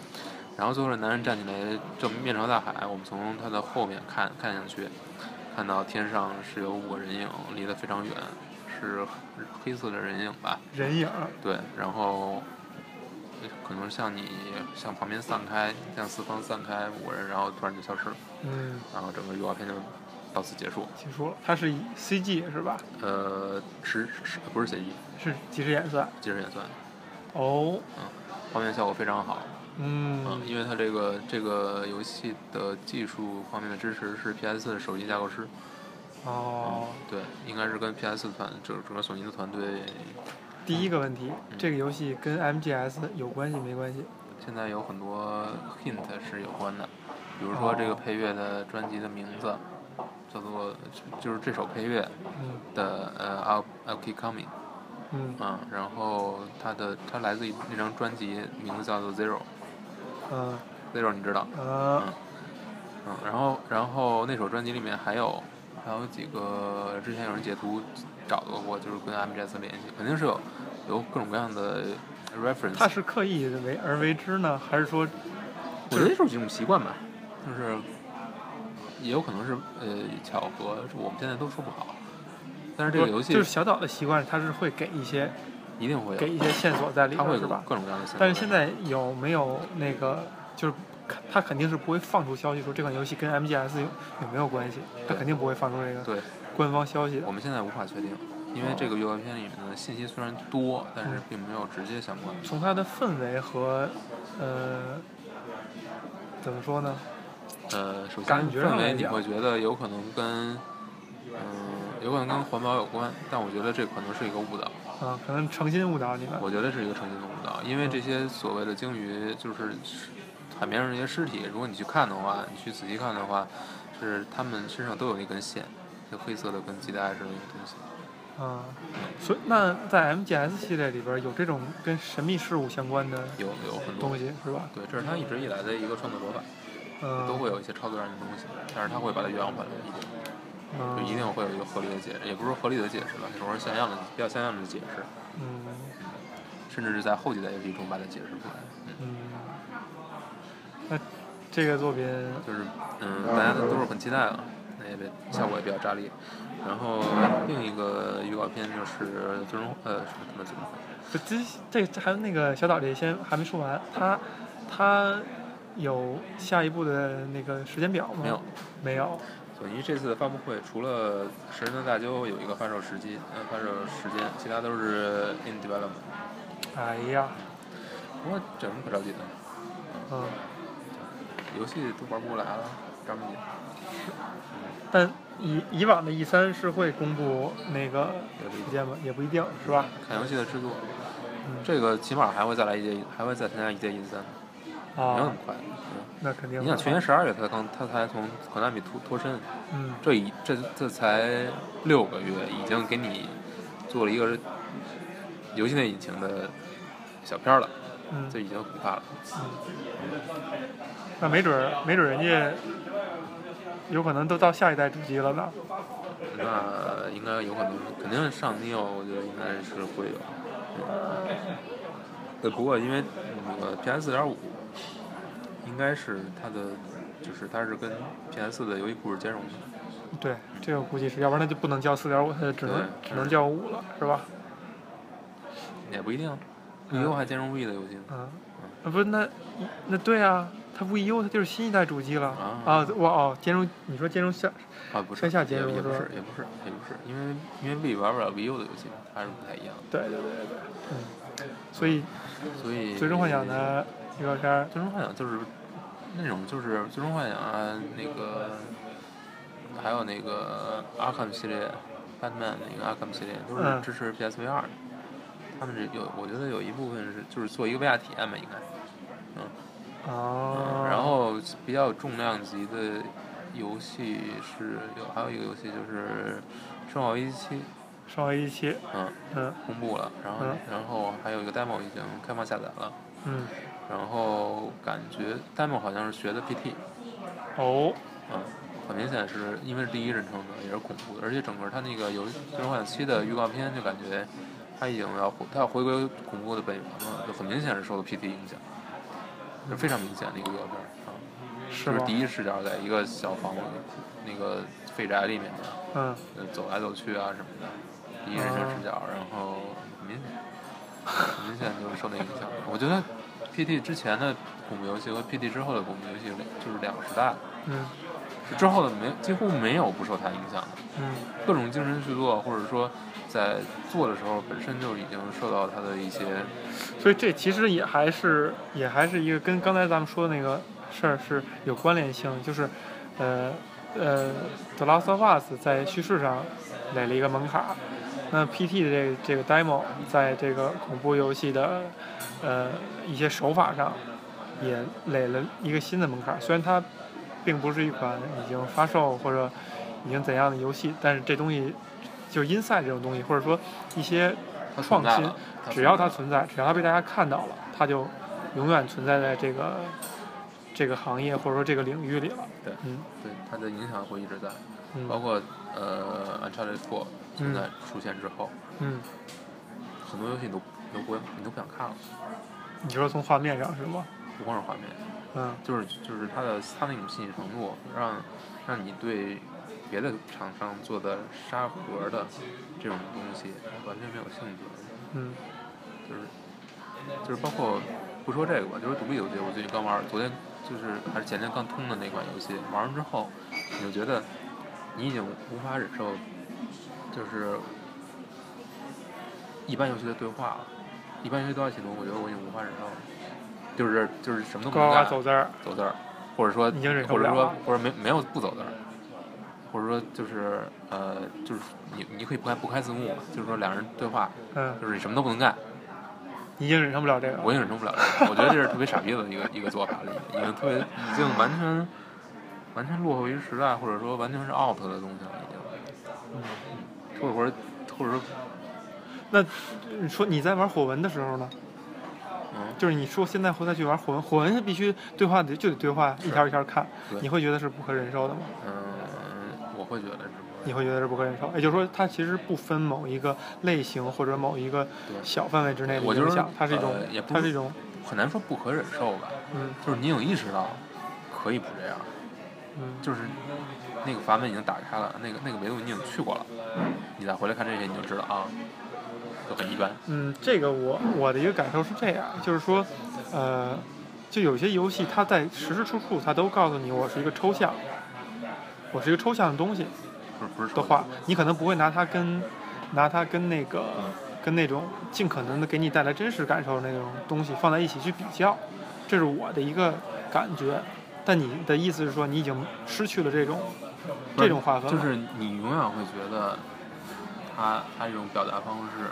A: 然后最后这男人站起来，正面朝大海，我们从他的后面看看下去，看到天上是有五个人影，离得非常远，是黑色的人影吧？
B: 人影儿，
A: 对，然后呃可能向你向旁边散开，向四方散开五个人，然后突然就消失了，
B: 嗯，
A: 然后整个预告片就到此结束。
B: 结束了。他是以 CG 是吧？
A: 呃，是是不是协议？
B: 是即时演算。
A: 即时演算，嗯
B: 哦，
A: 画面效果非常好。嗯，
B: 嗯，
A: 因为它这个这个游戏的技术方面的支持是 PS 手机架构师，
B: 哦，
A: 对，应该是跟 PS 团整整个索尼的团队
B: 第一个问题，这个游戏跟 MGS 有关系没关系？
A: 现在有很多 hint 是有关的，比如说这个
B: 哦
A: 配乐的专辑的名字叫做，就是这首配乐
B: 嗯
A: 的呃 I'll I'll Keep Coming，
B: 嗯
A: 嗯，然后它的它来自于那张专辑名字叫做 Zero，Zero
B: 嗯
A: 你知道，
B: 啊
A: 嗯，然后然后那首专辑里面还有还有几个之前有人截图找到过，就是跟 MGS 联系，肯定是有有各种各样的 reference，
B: 他是刻意的为而为之呢，还是说
A: 我觉得就是一种习惯吧，就是也有可能是呃巧合，我们现在都说不好。但是这个游戏
B: 就是小岛的习惯，他是会给一些
A: 一定会有，
B: 给一些线索在里
A: 它会
B: 边
A: 有
B: 是
A: 各
B: 吧？
A: 种各样的线索。
B: 但是现在有没有那个，就是他肯定是不会放出消息说这款游戏跟 MGS 有有没有关系，他
A: 对
B: 肯定不会放出这个
A: 对
B: 官方消息的
A: 我。们现在无法确定，因为这个预告片里面的信息虽然多，但
B: 嗯
A: 是并没有直接相关。
B: 从它的氛围和呃怎么说呢？
A: 呃，首
B: 感
A: 先
B: 觉上
A: 氛
B: 来
A: 围你
B: 讲
A: 会觉得有可能跟，嗯、有可能跟环保有关，但我觉得这可能是一个误导。
B: 啊，可能诚心误导你们。
A: 我觉得是一个诚心的误导，因为这些所谓的鲸鱼就是海面上这些尸体，如果你去看的话，你去仔细看的话，是它们身上都有那根线，就黑色的跟系带似的那个东西。
B: 啊，所以那在 MGS 系列里边有这种跟神秘事物相关的
A: 有有很多
B: 东西是吧？
A: 对，这是他一直以来的一个创作手法，
B: 嗯，
A: 都会有一些超自然的东西，但是他会把它圆回来，一定
B: 嗯，
A: 就一定会有一个合理的解释，也不是合理的解释吧，就是说像样的比较像样的解释，
B: 嗯
A: 甚至是在后几代游戏中把它解释出来。嗯，
B: 嗯，那这个作品
A: 就是嗯，大家都是很期待了，那也比效果也比较炸裂。然后另一个预告片就是最终呃什么什么最终幻
B: 不这这这还有那个小岛这先还没说完，他他有下一步的那个时间表吗？
A: 没有，。
B: 没有。
A: 索尼这次的发布会除了《神的大鸠》有一个发售时机，呃，发售时间，其他都是 in development。
B: 哎呀，
A: 不过这有什么可着急的？
B: 嗯，
A: 游戏都玩不过来了，着急。
B: 但以以往的 E 三是会公布那个
A: 也不一定
B: 时间吗？也不一定是吧？
A: 看游戏的制作，
B: 嗯，
A: 这个起码还会再来一届，还会再参加一届 E 三，没有那
B: 啊
A: 么，快。嗯
B: 那肯定。
A: 你想去年十二月他刚他才从 Konami 脱脱身，
B: 嗯，
A: 这一这这才六个月，已经给你做了一个游戏内引擎的小片儿了，
B: 嗯
A: 这已经很大了。
B: 那没准儿，没准儿人家有可能都到下一代主机了呢。
A: 那应该有可能，肯定上 neo，我觉得应该是会有。呃，不过因为那个 PS 四点五，应该是它的，就是它是跟 PS 的游戏库是兼容的。
B: 对，这个估计是，要不然它就不能叫四点五，它就只能
A: 对
B: 只能叫五了，是吧？
A: 也不一定
B: 嗯
A: ，VU 还兼容 V 的游戏呢。
B: 嗯，啊不是那那对啊，它 VU 它就是新一代主机了
A: 啊
B: 啊！哇哦，兼容，你说兼容下
A: 啊，不是，
B: 线下
A: 也
B: 兼容
A: 也不
B: 是
A: 是
B: 吧，
A: 也不是，也不是，因为因为 V 玩不了 VU 的游戏，它是不太一样的。
B: 对对对对对，嗯，所以
A: 所以
B: 《最终幻想》的预告片儿，
A: 最终幻想就是那种就是最终幻想啊，那个还有那个 Arkham 系列，Batman 那个 Arkham 系列都是
B: 嗯
A: 支持 PSVR 的。他们这有，我觉得有一部分是就是做一个 VR 体验吧，应该。
B: 啊，
A: 嗯然后比较重量级的游戏是有，还有一个游戏就是《生化危机七》，
B: 上回一期，
A: 嗯，
B: 嗯
A: 公布了，然后、
B: 嗯
A: 然后还有一个 demo 已经开放下载了，
B: 嗯，
A: 然后感觉 demo 好像是学的 PT，
B: 哦，
A: 嗯，很明显是因为是第一人称的，也是恐怖的，而且整个它那个有《最终幻想七》的预告片就感觉它已经要回它要回归恐怖的本源了，就很明显是受到 PT 影响，是非常明显的一个预告片儿啊，
B: 是
A: 就是
B: 吗？
A: 第一视角在一个小房子那个废宅里面，
B: 嗯，
A: 呃走来走去啊什么的，第一人称
B: 哦
A: 视角，然后很明显很明显就是受那影响。我觉得 PT 之前的恐怖游戏和 PT 之后的恐怖游戏有两就是两个时代了。
B: 嗯
A: 就之后的没几乎没有不受它影响的，
B: 嗯
A: 各种精神续作或者说在做的时候本身就已经受到它的一些，
B: 所以这其实也还是也还是一个跟刚才咱们说的那个事儿是有关联性，就是，呃呃，《The Last of Us》在叙事上垒了一个门槛儿，那 PT 的这个这个 demo 在这个恐怖游戏的呃一些手法上也垒了一个新的门槛儿，虽然它并不是一款已经发售或者已经怎样的游戏，但是这东西就是 inside 这种东西，或者说一些
A: 它
B: 创
A: 存在
B: 新
A: 了，
B: 只要它
A: 它
B: 存在，只要它被大家看到了，它就永远存在在这个这个行业或者说这个领域里了。
A: 对
B: 嗯
A: 对它的影响会一直在，包
B: 嗯
A: 括呃 Uncharted Four 存在出现之后，
B: 嗯，
A: 很多游戏你都你都不会你都不想看了，
B: 你说从画面上是吗？
A: 不光是画面，
B: 嗯
A: 就是就是它的它那种细腻程度，让让你对别的厂商做的沙盒的这种东西完全没有兴趣了。
B: 嗯
A: 就是就是包括不说这个吧，就是独立游戏，我最近刚玩儿，昨天就是还是前天刚通的那款游戏，玩完之后你就觉得你已经无法忍受，就是一般游戏的对话，一般游戏对话系统，我觉得我已经无法忍受了，就是就是什么都不能
B: 呱
A: 干，
B: 呱走字儿，
A: 走字儿，或者说
B: 已经忍受
A: 或
B: 不
A: 者
B: 了
A: 说
B: 了。
A: 或者没没有不走字儿，或者说就是呃就是你你可以不开不开字幕嘛，就是说两人对话，
B: 嗯，
A: 就是你什么都不能干，
B: 已经忍受不了这个了。
A: 我也忍受不了这个，我觉得这是特别傻逼的一个一个做法了，已经特别已经完全完全落后于时代，或者说完全是 out 的东西了，已经，
B: 嗯
A: 或者说或者说
B: 那你说你在玩火纹的时候呢？
A: 嗯
B: 就是你说现在回再去玩火纹，火纹是必须对话得就得对话，一条一条看，
A: 对
B: 你会觉得是不可忍受的吗？
A: 嗯，我会觉得是
B: 你会觉得是不可忍受，也就是说，它其实不分某一个类型或者某一个
A: 对
B: 小范围之内的
A: 我就
B: 影
A: 是
B: 响，它是一种
A: 呃也，不
B: 它
A: 是
B: 是一种，
A: 很难说不可忍受吧，
B: 嗯
A: 就是你有意识到可以不这样，
B: 嗯，
A: 就是那个阀门已经打开了，那个那个维度你已经去过了，你再回来看这些你就知道啊，就很一般，
B: 嗯，这个我我的一个感受是这样，就是说，呃，就有些游戏它在时时处处它都告诉你我是一个抽象，我是一个抽象的东西
A: 不是不是说
B: 的话，你可能不会拿它跟拿它跟那个跟那种尽可能的给你带来真实感受的那种东西放在一起去比较，这是我的一个感觉。但你的意思是说你已经失去了这种
A: 不是
B: 这种划分
A: 就
B: 了，
A: 是你永远会觉得他他这种表达方式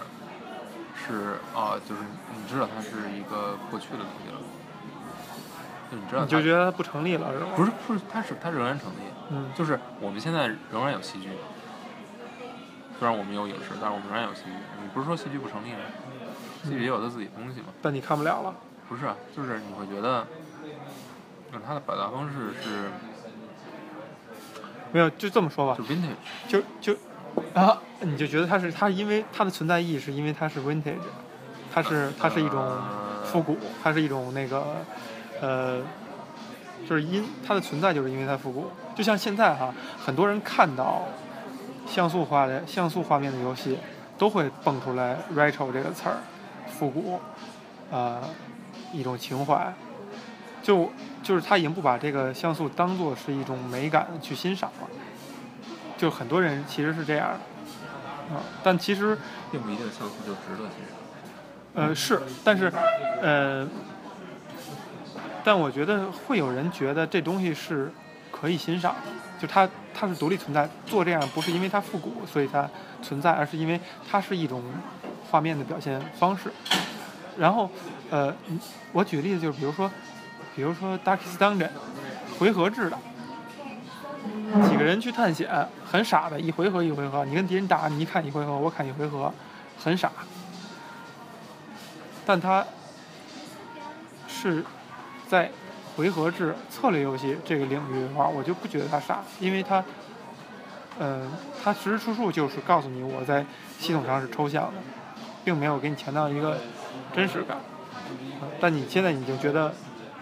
A: 是啊、就是你知道他是一个过去的东西了，就你知道
B: 你就
A: 它
B: 觉得它不成立了，是吗？
A: 不是不是，他是他仍然成立，
B: 嗯，
A: 就是我们现在仍然有戏剧，虽然我们有影视，但是我们仍然有戏剧。你不是说戏剧不成立吗？戏剧也有他自己的东西嘛。
B: 但你看不了了，
A: 不是啊，就是你会觉得，就是他的表达方式是
B: 没有就这么说吧
A: 就，vintage，
B: 就就啊，你就觉得它是它，因为它的存在意义是因为它是 vintage，它是它是一种
A: 呃
B: 复古，它是一种那个呃，就是因它的存在就是因为它复古。就像现在哈，很多人看到像素化的像素画面的游戏，都会蹦出来 retro 这个词儿，复古，呃，一种情怀。就就是他已经不把这个像素当做是一种美感去欣赏了，就很多人其实是这样的，啊、但其实
A: 并不一定像素就值得其实。
B: 呃，是，但是，呃，但我觉得会有人觉得这东西是可以欣赏的，就它它是独立存在，做这样不是因为它复古所以它存在，而是因为它是一种画面的表现方式。然后，呃，嗯我举例子就是，比如说，比如说《Darkest Dungeon》，回合制的。几个人去探险，很傻的，一回合一回合，你跟敌人打，你一看一回合，我砍一回合，很傻。但它是在回合制策略游戏这个领域的话，我就不觉得它傻，因为它，嗯、它实时处处就是告诉你我在系统上是抽象的，并没有给你强调一个真实感。嗯但你现在已经觉得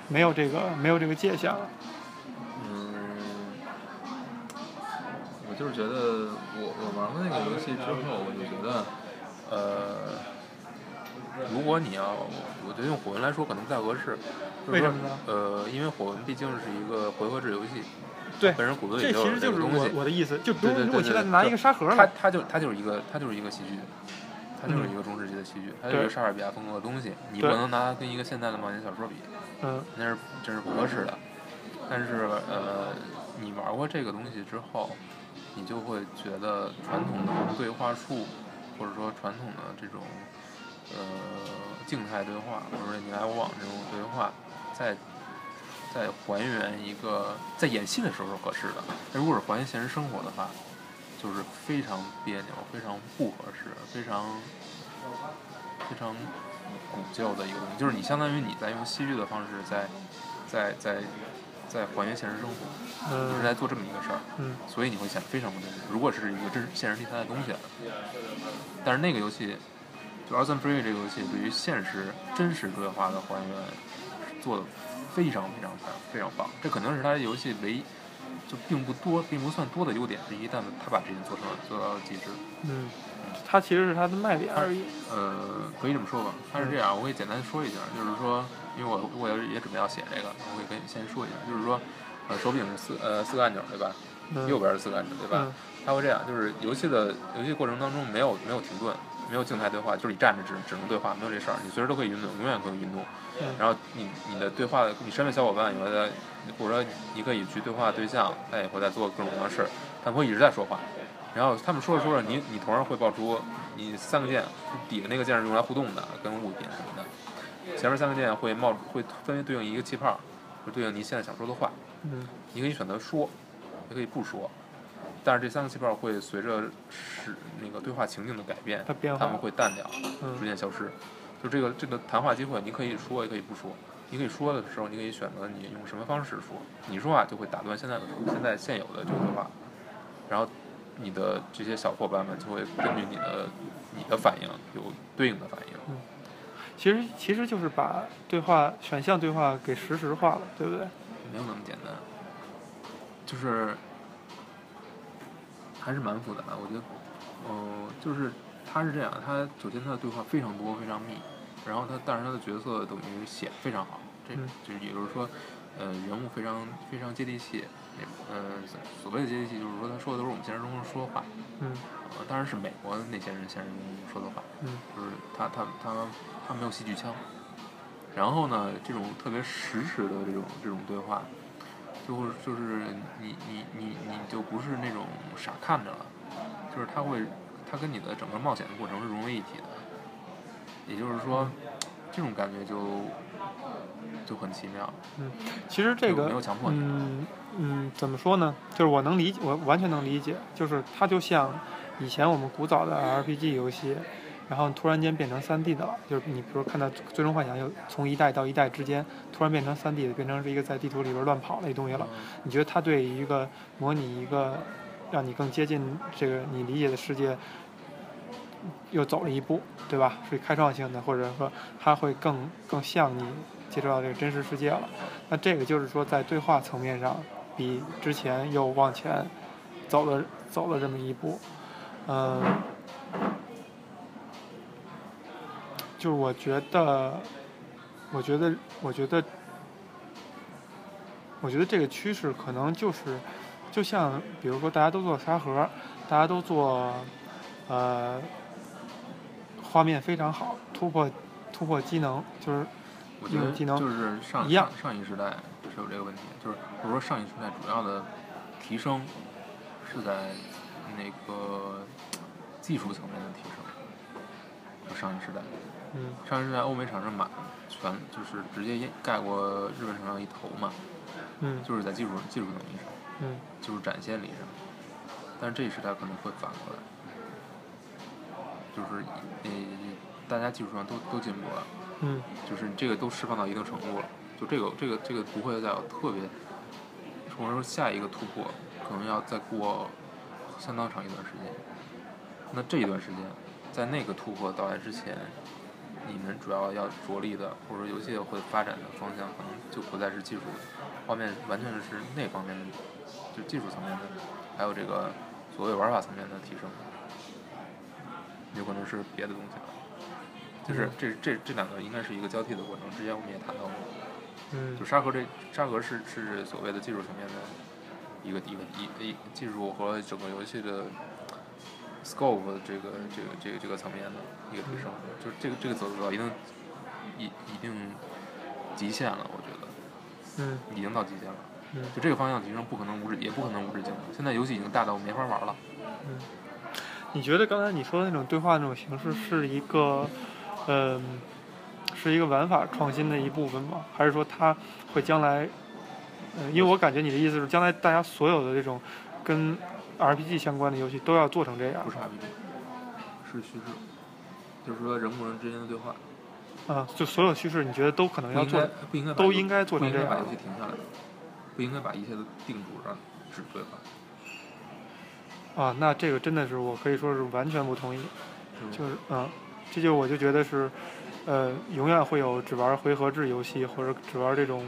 B: 没有这个没有这个界限了，
A: 嗯，我就是觉得我我玩过那个游戏之后，我就觉得，呃，如果你要，我我觉得用火纹来说可能不太合适。就是
B: 为
A: 说
B: 什么呢？
A: 呃，因为火纹毕竟是一个回合制游戏，
B: 对
A: 它本身骨子
B: 这
A: 里就
B: 其
A: 有
B: 实
A: 这
B: 就
A: 个
B: 是
A: 东
B: 我
A: 西，
B: 我的意思，就
A: 对
B: 如
A: 对
B: 如果
A: 对
B: 现在
A: 对
B: 拿
A: 对
B: 一个沙盒
A: 它
B: 来，
A: 它就它就是一个它就是一个戏剧，它就是一个中世纪的戏剧，它就是一个
B: 对
A: 莎士比亚风格的东西，你不
B: 对
A: 能拿它跟一个现代的冒险小说比。
B: 嗯
A: 那是这是不合适的。但是呃，你玩过这个东西之后，你就会觉得传统的对话术，或者说传统的这种呃静态对话，或者说你来我往这种对话，在在还原一个在演戏的时候是合适的。那如果是还原现实生活的话，就是非常别扭、非常不合适、非常非常古旧的一个东西，就是你相当于你在用戏剧的方式在在在在还原现实生活，你是
B: 嗯
A: 在做这么一个事儿，
B: 嗯，
A: 所以你会显得非常不真实。如果是一个真实现实题材的东西，但是那个游戏就《a r t h n Free》这个游戏对于现实真实对话的还原做的非常非常棒，非常棒。这可能是它游戏唯一就并不多，并不算多的优点之一，但它把这些做成了做到了极致。
B: 嗯，它其实是它的卖点而已。
A: 呃，可以这么说吧，它是这样，我可以简单说一下，就是说，因为我我也准备要写这个，我可以跟你先说一下，就是说，呃，手柄是四呃四个按钮对吧？
B: 嗯
A: 右边是四个按钮对吧？
B: 嗯
A: 它会这样，就是游戏的游戏过程当中没有没有停顿，没有静态对话，就是你站着只只能对话，没有这事儿，你随时都可以运动，永远可以运动。然后你你的对话，你身为小伙伴，你会在或者说你可以去对话对象，他也会在做各种各样的事，他们会一直在说话。然后他们说着说着，你你头上会爆出你三个键，底下那个键是用来互动的，跟物品什么的，前面三个键会冒会分别对应一个气泡，会对应你现在想说的话。
B: 嗯
A: 你可以选择说，也可以不说，但是这三个气泡会随着是那个对话情境的改变，
B: 它变化
A: 他们会淡掉，逐
B: 嗯
A: 渐消失。就这个这个谈话机会，你可以说，也可以不说。你可以说的时候，你可以选择你用什么方式说。你说话就会打断现在的现在现有的这个对话，然后你的这些小伙伴们就会根据你的你的反应有对应的反应。
B: 其实其实就是把对话选项对话给实时化了，对不对？
A: 没有那么简单，就是还是蛮复杂的。我觉得，嗯、就是他是这样，他首先他的对话非常多，非常密，然后他但是他的角色等于写得非常好，这
B: 嗯
A: 就是也就是说，呃，人物非常非常接地气。呃，所谓的接地气，就是说他说的都是我们现实中说的话，
B: 嗯
A: 呃，当然是美国那些人现实中说的话，
B: 嗯
A: 就是他他他他没有戏剧腔，然后呢，这种特别实时的这种这种对话，就会就是你你你你就不是那种傻看着了，就是他会他跟你的整个冒险的过程是融为一体的，也就是说，这种感觉就就很奇妙，
B: 嗯，其实这
A: 就没有
B: 个
A: 强迫你，
B: 嗯嗯怎么说呢？就是我能理解，我完全能理解，就是它就像以前我们古早的 RPG 游戏。然后突然间变成 3D 的了，就是你比如看到《最终幻想》有从一代到一代之间，突然变成 3D 的，变成是一个在地图里边乱跑的一东西了。你觉得它对一个模拟一个让你更接近这个你理解的世界，又走了一步，对吧？是开创性的，或者说它会更更像你接触到这个真实世界了。那这个就是说，在对话层面上，比之前又往前走了走了这么一步，嗯。就是我觉得，我觉得，我觉得我觉得这个趋势可能就是，就像比如说大家都做沙盒，大家都做，呃，画面非常好，突破突破机能，就是
A: 我觉
B: 有
A: 得
B: 技能
A: 就是上
B: 一样
A: 上上一时代是有这个问题，就是或者说上一时代主要的提升是在那个技术层面的提升。就上一时代，
B: 嗯
A: 上一时代欧美厂商满全就是直接盖过日本厂商一头嘛，
B: 嗯
A: 就是在技术技术能力上，
B: 嗯，
A: 技术展现力上。但是这一时代可能会反过来，就是呃大家技术上都都进步了。
B: 嗯
A: 就是你这个都释放到一定程度了，就这个这个这个不会再有特别，或者说下一个突破，可能要再过相当长一段时间。那这一段时间，在那个突破到来之前，你们主要要着力的，或者说游戏会发展的方向，可能就不再是技术方面，完全是那方面的，就技术层面的，还有这个所谓玩法层面的提升，有可能是别的东西了。就是
B: 嗯
A: 这这这两个应该是一个交替的过程。之前我们也谈到过，
B: 嗯
A: 就沙盒这沙盒是是所谓的技术层面的一个一个一一技术和整个游戏的 scope 的这个这个这个这个层面的一个提升，就是这个这个走到一定一一定极限了，我觉得
B: 嗯
A: 已经到极限了。
B: 嗯
A: 就这个方向提升不可能无止，也不可能无止境的。现在游戏已经大到没法玩了。
B: 嗯。你觉得刚才你说的那种对话那种形式是一个，嗯、是一个玩法创新的一部分吗？还是说它会将来，嗯，因为我感觉你的意思是，将来大家所有的这种跟 RPG 相关的游戏都要做成这样
A: 不是 RPG，是叙事，就是说人物人之间的对话。
B: 啊，就所有叙事你觉得都可能
A: 不
B: 要
A: 应该
B: 做，
A: 不应该把
B: 都
A: 游
B: 应该做
A: 不
B: 成
A: 应
B: 这
A: 该
B: 样
A: 把游戏停下来，不应该把一切都定住，让只对话。
B: 啊？那这个真的是我可以说是完全不同意，
A: 就
B: 就是是嗯，这就我就觉得是，呃，永远会有只玩回合制游戏或者只玩这种，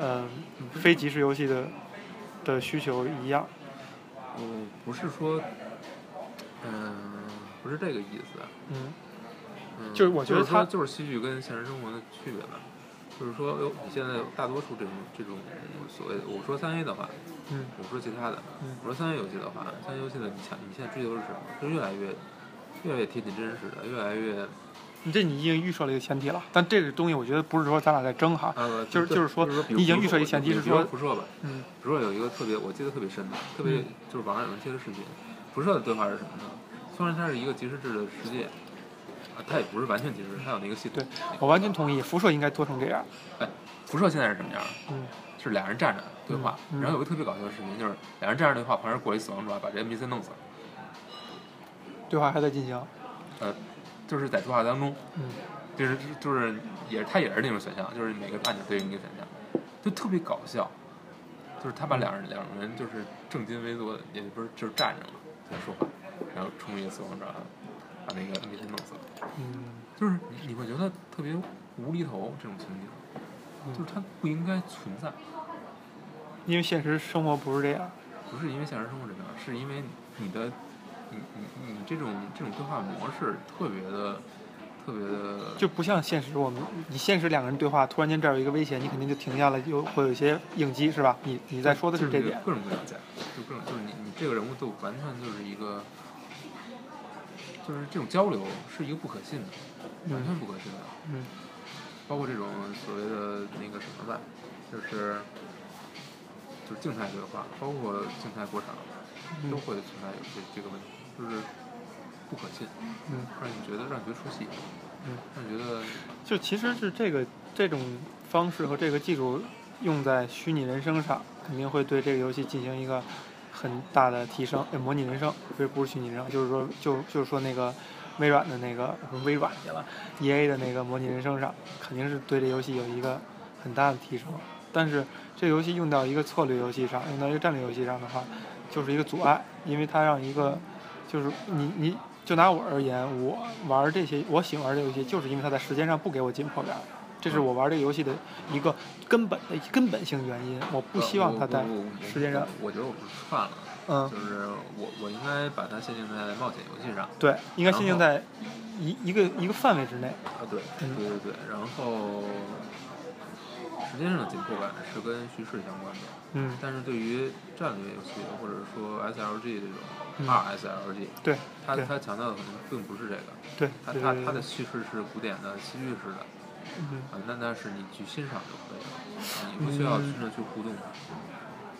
B: 嗯、非即时游戏的的需求一样。
A: 我不是说，嗯、不是这个意思啊。
B: 嗯
A: 嗯、
B: 就是我觉得
A: 说
B: 它
A: 就是戏剧跟现实生活的区别吧。就是说，哟你现在大多数这种这种所谓的，我说三 A 的话，
B: 嗯
A: 我说其他的，
B: 嗯
A: 我说三 A 游戏的话，三 A 游戏的你想你现在追求的是什么？就越来越越来越贴近真实的，越来越
B: 你这你已经预设了一个前提了，但这个东西我觉得不是说咱俩在争哈，
A: 啊，
B: 就是
A: 对
B: 就是说
A: 比如
B: 你已经
A: 比如
B: 预设一前提
A: 比如
B: 是说
A: 比如辐射吧，
B: 嗯
A: 辐射有一个特别，我记得特别深的，特别
B: 嗯
A: 就是网上有人贴的视频，辐射的对话是什么呢？虽然它是一个即时制的世界，啊，它也不是完全即时，它有那个系统。
B: 我完全同意，辐射应该做成这样，
A: 辐射现在是什么样？
B: 嗯
A: 是俩人站着对话，
B: 嗯嗯
A: 然后有一个特别搞笑的视频，就是俩人站着对话，旁边过一死亡爪把这 NPC 弄死了。
B: 对话还在进行，
A: 呃，就是在对话当中，
B: 嗯
A: 就是就是也它也是那种选项，就是每个按钮对应一个选项，就特别搞笑。就是他把两人两人就是正襟危坐，也不是就是站着嘛在说话，然后冲一个死亡爪把那个 NPC 弄死了。
B: 嗯
A: 就是你你会觉得特别无厘头这种情景，就
B: 嗯，
A: 是它不应该存在，
B: 因为现实生活不是这样，
A: 不是因为现实生活这样，是因为你的你你你这种这种对话模式特别的特别的
B: 就不像现实我们你现实两个人对话，突然间这儿有一个危险，你肯定就停下了，有会有一些应激是吧？你你在说的
A: 就是
B: 这点，
A: 各种各样的，就各种就是你你这个人物就完全就是一个，就是这种交流是一个不可信的，完全
B: 嗯
A: 不可信的。
B: 嗯
A: 包括这种所谓的那个什么吧，就是就是静态对话，包括静态过场，都
B: 嗯
A: 会存在有这这个问题，就是不可信，
B: 嗯。
A: 让你觉得让你觉得出戏，
B: 嗯，
A: 让你觉得
B: 就其实是这个这种方式和这个技术用在虚拟人生上，肯定会对这个游戏进行一个很大的提升。哎，模拟人生不是不是虚拟人生，就是说就就是说那个微软的那个什么微软去了，E A 的那个模拟人生上，肯定是对这游戏有一个很大的提升。但是这游戏用到一个策略游戏上，用到一个战略游戏上的话，就是一个阻碍，因为它让一个就是你你就拿我而言，我玩这些我喜欢玩这游戏，就是因为它在时间上不给我紧迫感，这是我玩这个游戏的一个根本的根本性原因。嗯我不希望它在时间上，
A: 呃我我我我我觉得我不是串了，
B: 嗯，
A: 就是我我应该把它限定在冒险游戏上
B: 对，应该
A: 然后
B: 限定在一一个一个范围之内。
A: 啊，对
B: 嗯
A: 对对对，然后时间上的紧迫感是跟叙事相关的，
B: 嗯，
A: 但是对于战略游戏或者说 SLG 这种啊
B: 嗯
A: RSLG，
B: 对
A: 它
B: 对
A: 它强调的可能并不是这个，
B: 对，
A: 它
B: 对
A: 它
B: 对
A: 它的
B: 对
A: 叙事是古典的戏剧式的。
B: 嗯
A: 啊，那那是你去欣赏就可以了，啊你不需要真正去互动它。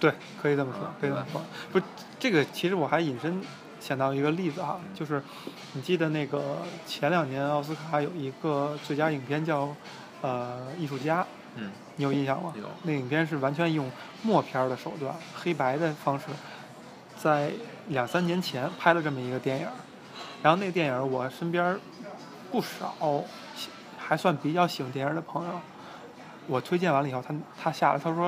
B: 对，可以这么说
A: 啊，
B: 可以这么说。不，这个其实我还引申想到一个例子哈，
A: 嗯
B: 就是你记得那个前两年奥斯卡有一个最佳影片叫呃《艺术家》，
A: 嗯，
B: 你有印象吗？
A: 有
B: 那影片是完全用默片儿的手段、黑白的方式，在两三年前拍了这么一个电影儿，然后那个电影儿我身边儿不少喜还算比较喜欢电影儿的朋友，我推荐完了以后，他他下了，他说，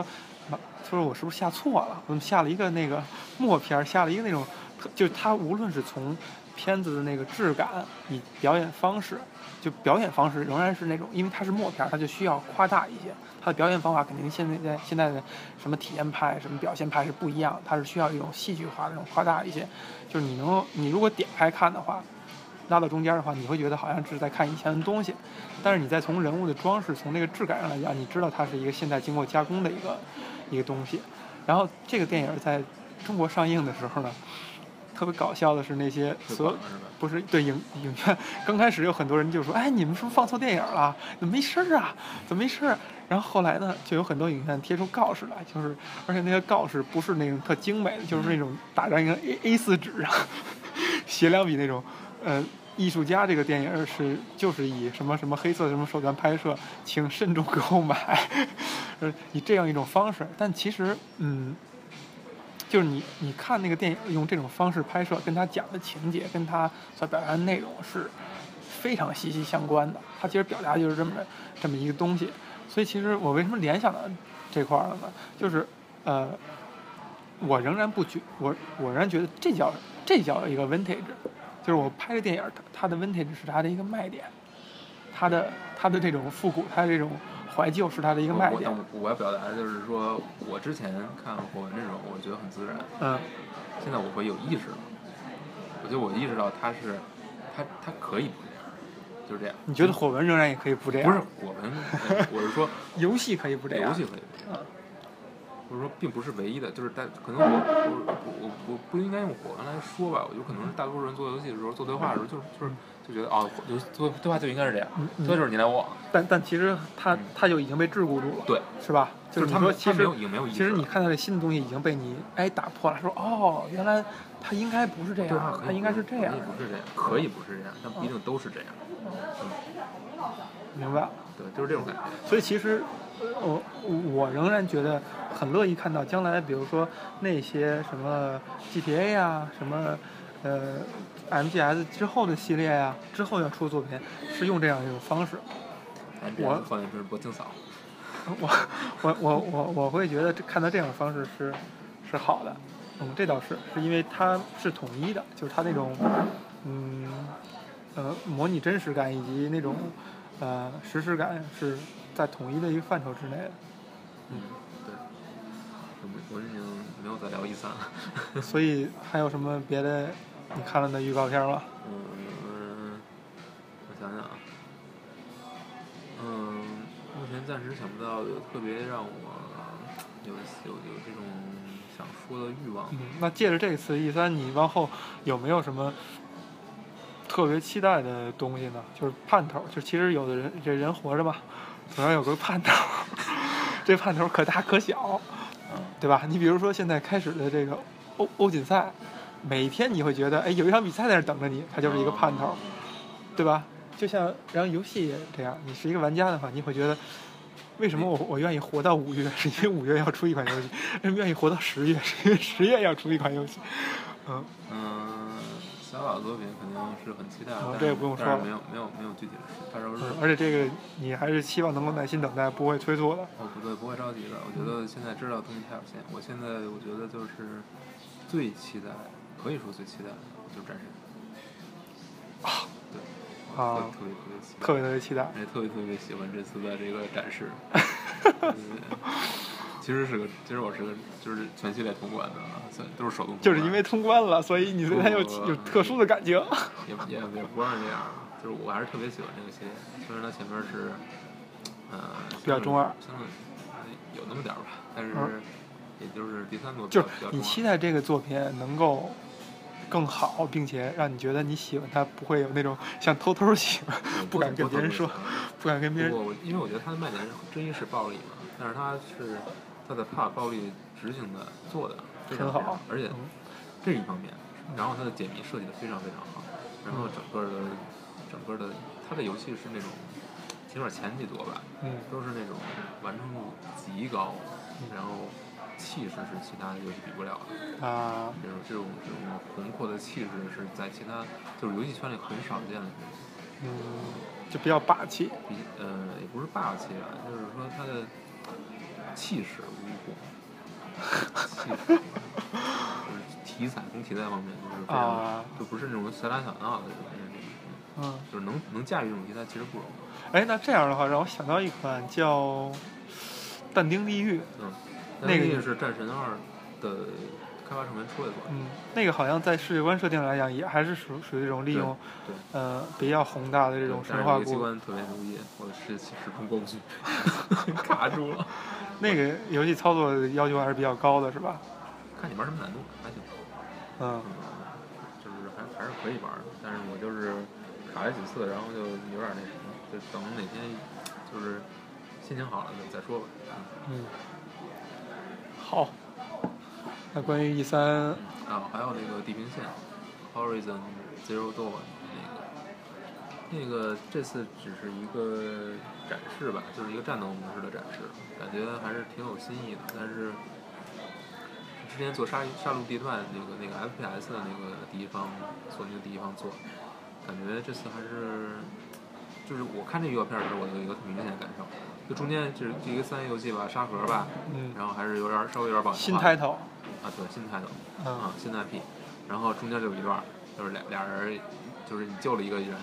B: 妈他说我是不是下错了？我怎么下了一个那个默片儿，下了一个那种，就是他无论是从片子的那个质感以表演方式，就表演方式仍然是那种，因为它是默片儿，它就需要夸大一些。它的表演方法肯定现在现在的什么体验派、什么表现派是不一样，它是需要一种戏剧化、那种夸大一些。就是你能够，你如果点开看的话，拉到中间的话，你会觉得好像是在看以前的东西，但是你再从人物的装饰，从那个质感上来讲，你知道它是一个现在经过加工的一个一个东西。然后这个电影在中国上映的时候呢，特别搞笑的是那些
A: 就
B: 所有
A: 管了是吧？
B: 不是对影影院刚开始有很多人就说，哎，你们是不是放错电影了？怎么没声儿啊？怎么没声儿？然后后来呢，就有很多影院贴出告示来，就是而且那个告示不是那种特精美的，就是那种打在一个 A A 四纸上， (laughs) 写两笔那种，呃。艺术家这个电影是就是以什么什么黑色什么手段拍摄，请慎重购买， (laughs) 呃，以这样一种方式。但其实，嗯，就是你你看那个电影用这种方式拍摄，跟他讲的情节，跟他所表达的内容是非常息息相关的。他其实表达就是这么这么一个东西。所以其实我为什么联想到这块儿了呢？就是呃，我仍然不觉我我仍然觉得这叫这叫一个 vintage，就是我拍的电影儿，它它的 vintage 是它的一个卖点，它的它的这种复古，它的这种怀旧是它的一个
A: 我
B: 卖
A: 我
B: 点。
A: 但我我要表达的就是说，我之前看火纹这种，我觉得很自然，
B: 嗯
A: 现在我会有意识了。我觉得我意识到它是，它它可以不这样，就是这样。
B: 你觉得火纹仍然也可以不这样？
A: (laughs) 不是，我们，呃我是说
B: 游戏可以不这样。
A: 游戏可以不这样，或者说并不是唯一的，就是大可能我我我我不应该用我刚才说吧，我觉得可能是大多数人做游戏的时候做对话的时候，就是就是就觉得啊，游戏做对话就应该是这样，
B: 嗯
A: 对话就是你来我往，
B: 但但其实他
A: 嗯
B: 他就已经被桎梏住了，
A: 对，
B: 是吧？
A: 就是是
B: 你
A: 他
B: 说
A: 们
B: 其
A: 他没
B: 实
A: 有已经没有意
B: 其
A: 识
B: 实
A: 了，
B: 你看到的新的东西已经被你哎打破了，说哦，原来他应该不是这
A: 对话
B: 样，
A: 可以
B: 啊他应该是
A: 不
B: 这样
A: 可以，不是这样，可以不是这样，但不一定都是这样，
B: 明白了。
A: 对，就是这种感觉。
B: 所以其实，呃我我仍然觉得很乐意看到将来，比如说那些什么 GTA 呀、什么呃 MGS 之后的系列呀、之后要出的作品是用这样一种方式。
A: 咱这
B: 我
A: 样放映是不清扫，
B: (laughs) 我我我我我会觉得这看到这种方式是是好的，嗯，这倒是，是因为它是统一的，就是它那种嗯呃模拟真实感以及那种呃实时感是在统一的一个范畴之内的。
A: 嗯，对，我们我们已经没有再聊一三了。
B: 所以还有什么别的你看了的预告片吗？
A: 嗯，我想想啊，嗯，目前暂时想不到有特别让我有有有这种想说的欲望。
B: 嗯，那借着这次 E 三，你往后有没有什么特别期待的东西呢？就是盼头，就其实有的人这人活着嘛，总要有个盼头， (laughs) 这盼头可大可小，对吧？你比如说现在开始的这个欧欧锦赛，每天你会觉得哎有一场比赛在那儿等着你，它就是一个盼头。对吧？就像然后游戏也这样，你是一个玩家的话，你会觉得为什么我我愿意活到五月，是因为五月要出一款游戏；为什么愿意活到十月，是因为十月要出一款游戏。嗯，
A: 嗯，小宝作品肯定是很期待的，
B: 哦
A: 但
B: 这
A: 是
B: 个不用说
A: 但
B: 了
A: 是没有没有没有具体的事，到时候是
B: 嗯而且这个你还是希望能够耐心等待，不会催促的。
A: 哦，不对，不会着急的。我觉得现在知道的东西太有限。我现在我觉得就是最期待，可以说最期待的就是战神。对，我
B: 啊
A: 特特别特别期待，
B: 特别
A: 而且特
B: 特别期待。
A: 别特别喜欢这次的这个展
B: (laughs)
A: 示。对其实是个，其实我是个，就是全系列通关的啊，算都是手动通关。
B: 就是因为通关了，所以你对它有有特殊的感情。
A: 也也也不让这样，啊就是我还是特别喜欢这个系列，虽然它前面是，呃，
B: 比较中二
A: 相对，相对有那么点儿吧，但是
B: 嗯
A: 也就是第三作比
B: 就
A: 较
B: 是
A: 比较
B: 你
A: 中
B: 期
A: 二。
B: 待这个作品能够更好，并且让你觉得你喜欢它，不会有那种像偷偷喜欢、
A: 我
B: 不敢跟别人说嗯不敢跟
A: 不
B: 别人
A: 过我因为我觉得它的卖点是真是暴力嘛，但是它是它在怕暴力执行的做的非常
B: 很好，
A: 而且
B: 嗯
A: 这是一方面，然后它的解谜设计的非常非常好，然
B: 嗯
A: 后整个的整个的它的游戏是那种起码前几座吧，
B: 嗯
A: 都是那种完成度极高，然后气势是其他游戏比不了的。
B: 啊，
A: 这种这种这种宏阔的气势是在其他就是游戏圈里很少见的，
B: 嗯，就比较霸气，
A: 比呃也不是霸气吧，就是说它的气势无比，气势。就是题材从题材方面就是非常，
B: 啊
A: 就不是那种小打小闹的那种，
B: 嗯，
A: 就是能能驾驭这种题材其实不容易。
B: 哎，那这样的话让我想到一款叫《但丁地狱》，
A: 嗯，
B: 那
A: 但
B: 个
A: 也是《战神二》的开发成员出来的作品，
B: 嗯，那个好像在世界观设定来讲，也还是属属于这种利用
A: 对。
B: 呃比较宏大的这种
A: 对
B: 神
A: 但是
B: 话
A: 这个机
B: 故事。
A: 关特别牛逼，我是时空过不去， (laughs) 卡住了。
B: 那个游戏操作要求还是比较高的，是吧？
A: 看你玩什么难度，还行，
B: 嗯
A: 嗯，就是还还是可以玩的。但是我就是卡了几次，然后就有点那什么，就等哪天就是心情好了再再说吧。
B: 嗯，好。那关于 E 三，
A: 嗯啊，还有那个地平线，Horizon Zero Dawn 那个，那个这次只是一个展示吧，就是一个战斗模式的展示，感觉还是挺有新意的。但是之前做杀杀戮地段那个那个 FPS 的那个第一方索尼的第一方做，感觉这次还是就是我看这预告片的时候，我有一个很明显的感受，就中间就是这一个三 A 游戏吧，沙盒吧，
B: 嗯，
A: 然后还是有点儿稍微有点儿往
B: 新抬头，
A: 啊，对，新抬头。
B: 嗯
A: 啊，现在 P，然后中间就有一段儿，就是俩俩人，就是你救了一个人，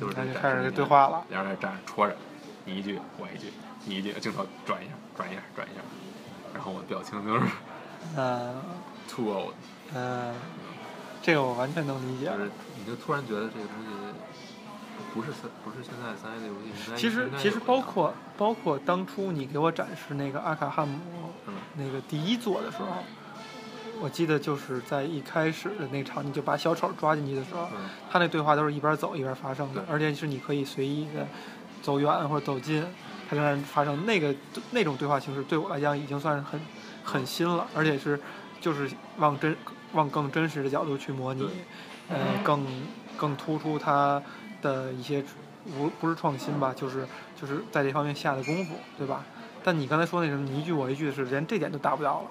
A: 就是
B: 那
A: 这
B: 就
A: 个
B: 开
A: 展示
B: 始
A: 里
B: 对
A: 面，
B: 话了。
A: 俩人在站着戳着，你一句我一句，你一句，镜头转一下，转一下，转一下，然后我的表情就是
B: 嗯
A: too old，
B: 嗯，这个我完全能理解
A: 就。是你就突然觉得这个东西不是三，不是现在三 A 的游戏，应该
B: 其实
A: 应该
B: 其
A: 有
B: 实
A: 的
B: 包括包括当初你给我展示那个阿卡汉姆
A: 嗯
B: 那个第一座的时候，我记得就是在一开始的那场，你就把小丑抓进去的时候，
A: 嗯
B: 他那对话都是一边走一边发生的
A: 对，
B: 而且是你可以随意的走远或者走近，它仍然发生。那个那种对话形式对我来讲已经算是很很新了，
A: 嗯
B: 而且是就是往真往更真实的角度去模拟
A: 对，
B: 呃，更更突出它的一些不不是创新吧，就是就是在这方面下的功夫，对吧？但你刚才说那什么，你一句我一句的是连这点都达不到了。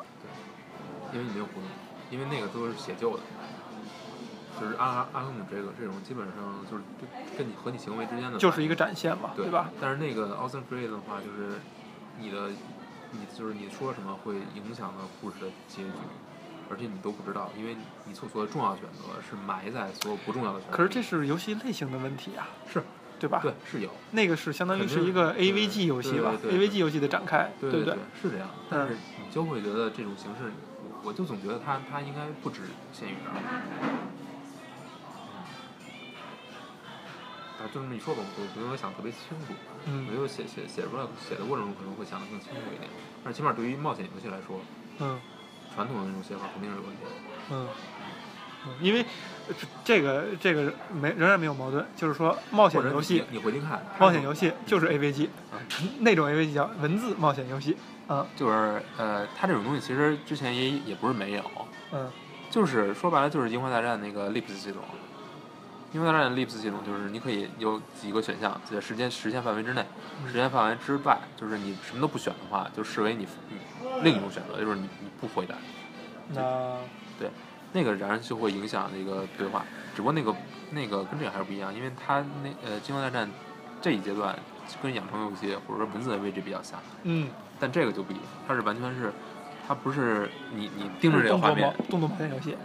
A: 因为你没有互动，因为那个都是写就的，就是阿阿克姆这个这种基本上就是跟跟你和你行为之间的
B: 就是一个展现嘛，
A: 对
B: 吧？？
A: 但是那个 Austin Free 的话，就是你的你就是你说什么会影响到故事的结局，而且你都不知道，因为你做所有重要选择是埋在所有不重要的选择里。
B: 可是这是游戏类型的问题啊，
A: 是
B: 对吧？
A: 对是有，
B: 那个是相当于是一个
A: 肯定
B: AVG 游戏吧
A: 对对对
B: ，AVG 游戏的展开，
A: 对
B: 不
A: 对嗯
B: 对？
A: 是这样。但是你就会觉得这种形式，我我就总觉得它它应该不止限于这儿。嗯啊，就是你说吧，我我没有想特别清楚，
B: 嗯
A: 我就写写写出来写的过程中可能会想的更清楚一点，但是起码对于冒险游戏来说，
B: 嗯
A: 传统的那种写法肯定是有问题的。
B: 嗯嗯，因为呃这个这个没仍然没有矛盾，就是说冒险
A: 或者
B: 游戏，
A: 你你回去看
B: 冒险游
A: 戏
B: 戏就是 AVG，
A: 啊
B: (laughs) 那种 AVG 叫文字冒险游戏，啊
A: 就是呃，它这种东西其实之前也也不是没有，
B: 嗯
A: 就是说白了就是《樱花大战》那个 Lips 系统，《樱花大战》的 Lips 系统就是你可以有几个选项，在时间时间范围之内，时间范围之外，就是你什么都不选的话，就视为你你另一种选择，就是你你不回答，
B: 那
A: 对，那个然而就会影响那个对话，只不过那个那个跟这个还是不一样，因为它那呃《金光大战》这一阶段跟养成游戏或者说文字的位置比较像，
B: 嗯，
A: 但这个就不一样，它是完全是，它不是你你盯着这个
B: 动
A: 画
B: 作冒
A: 面，
B: 动作冒险游戏，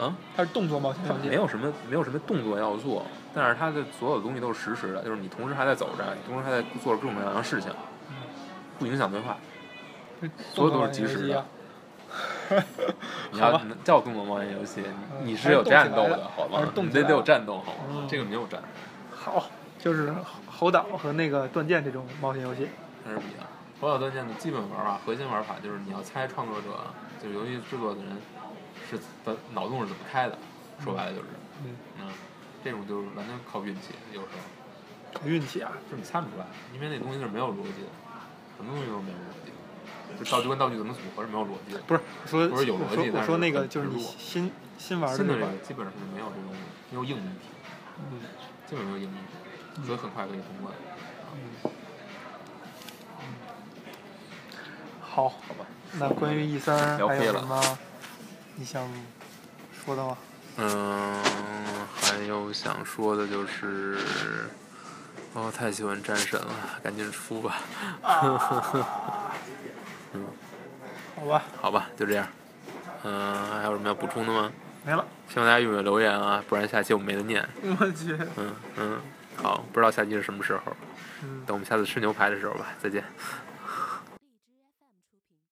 A: 啊，
B: 它是动作冒险
A: 它
B: 游
A: 没
B: 戏，
A: 有什么没有什么动作要做，但是它的所有东西都是实时的，就是你同时还在走着，你同时还在做着各种各样的事情，不影响对话。所有都是即时的
B: 动作冒险游戏啊。
A: (laughs) 你
B: 好
A: 要
B: 吧
A: 叫动作冒险游戏，
B: 嗯
A: 你你是有战斗的，好
B: 还
A: 吗
B: 是？动
A: 你
B: 起
A: 得
B: 来了
A: 得有战斗，好吗
B: 嗯？
A: 这个没有战斗，
B: 好，就是猴岛和那个断剑这种冒险游戏，
A: 还是不一样。头脑断剑的基本玩法、核心玩法就是你要猜创作者，就是游戏制作的人是的脑洞是怎么开的，说白了就是，
B: 嗯，
A: 嗯，这种就是完全靠运气，有时候
B: 靠运气啊。
A: 就是你猜不出来，因为那东西是没有逻辑的，什么东西都是没有逻辑的，就道具跟道具怎么组合是没有逻辑的。
B: 不是，我说
A: 不是有
B: 我
A: 逻辑
B: 说我
A: 但
B: 说
A: 是
B: 那个
A: 很
B: 就是你
A: 弱
B: 新新玩的
A: 新
B: 那
A: 的这
B: 款
A: 个，基本上是没有这种没有硬问题，
B: 嗯
A: 基本没有硬问题，所以很快可以通关。
B: 嗯，好，好吧。那关于 E 三
A: 聊
B: 还
A: 飞
B: 有
A: 了
B: 什么你想说的吗？
A: 嗯，还有想说的就是，哦，太喜欢战神了，赶紧出吧。 (laughs) 嗯
B: 好吧，
A: 好吧，就这样。嗯，还有什么要补充的吗？
B: 没了。
A: 希望大家踊跃留言啊，不然下期我们没得念。
B: 我去，
A: 嗯嗯，好，不知道下期是什么时候，
B: 嗯
A: 等我们下次吃牛排的时候吧。再见。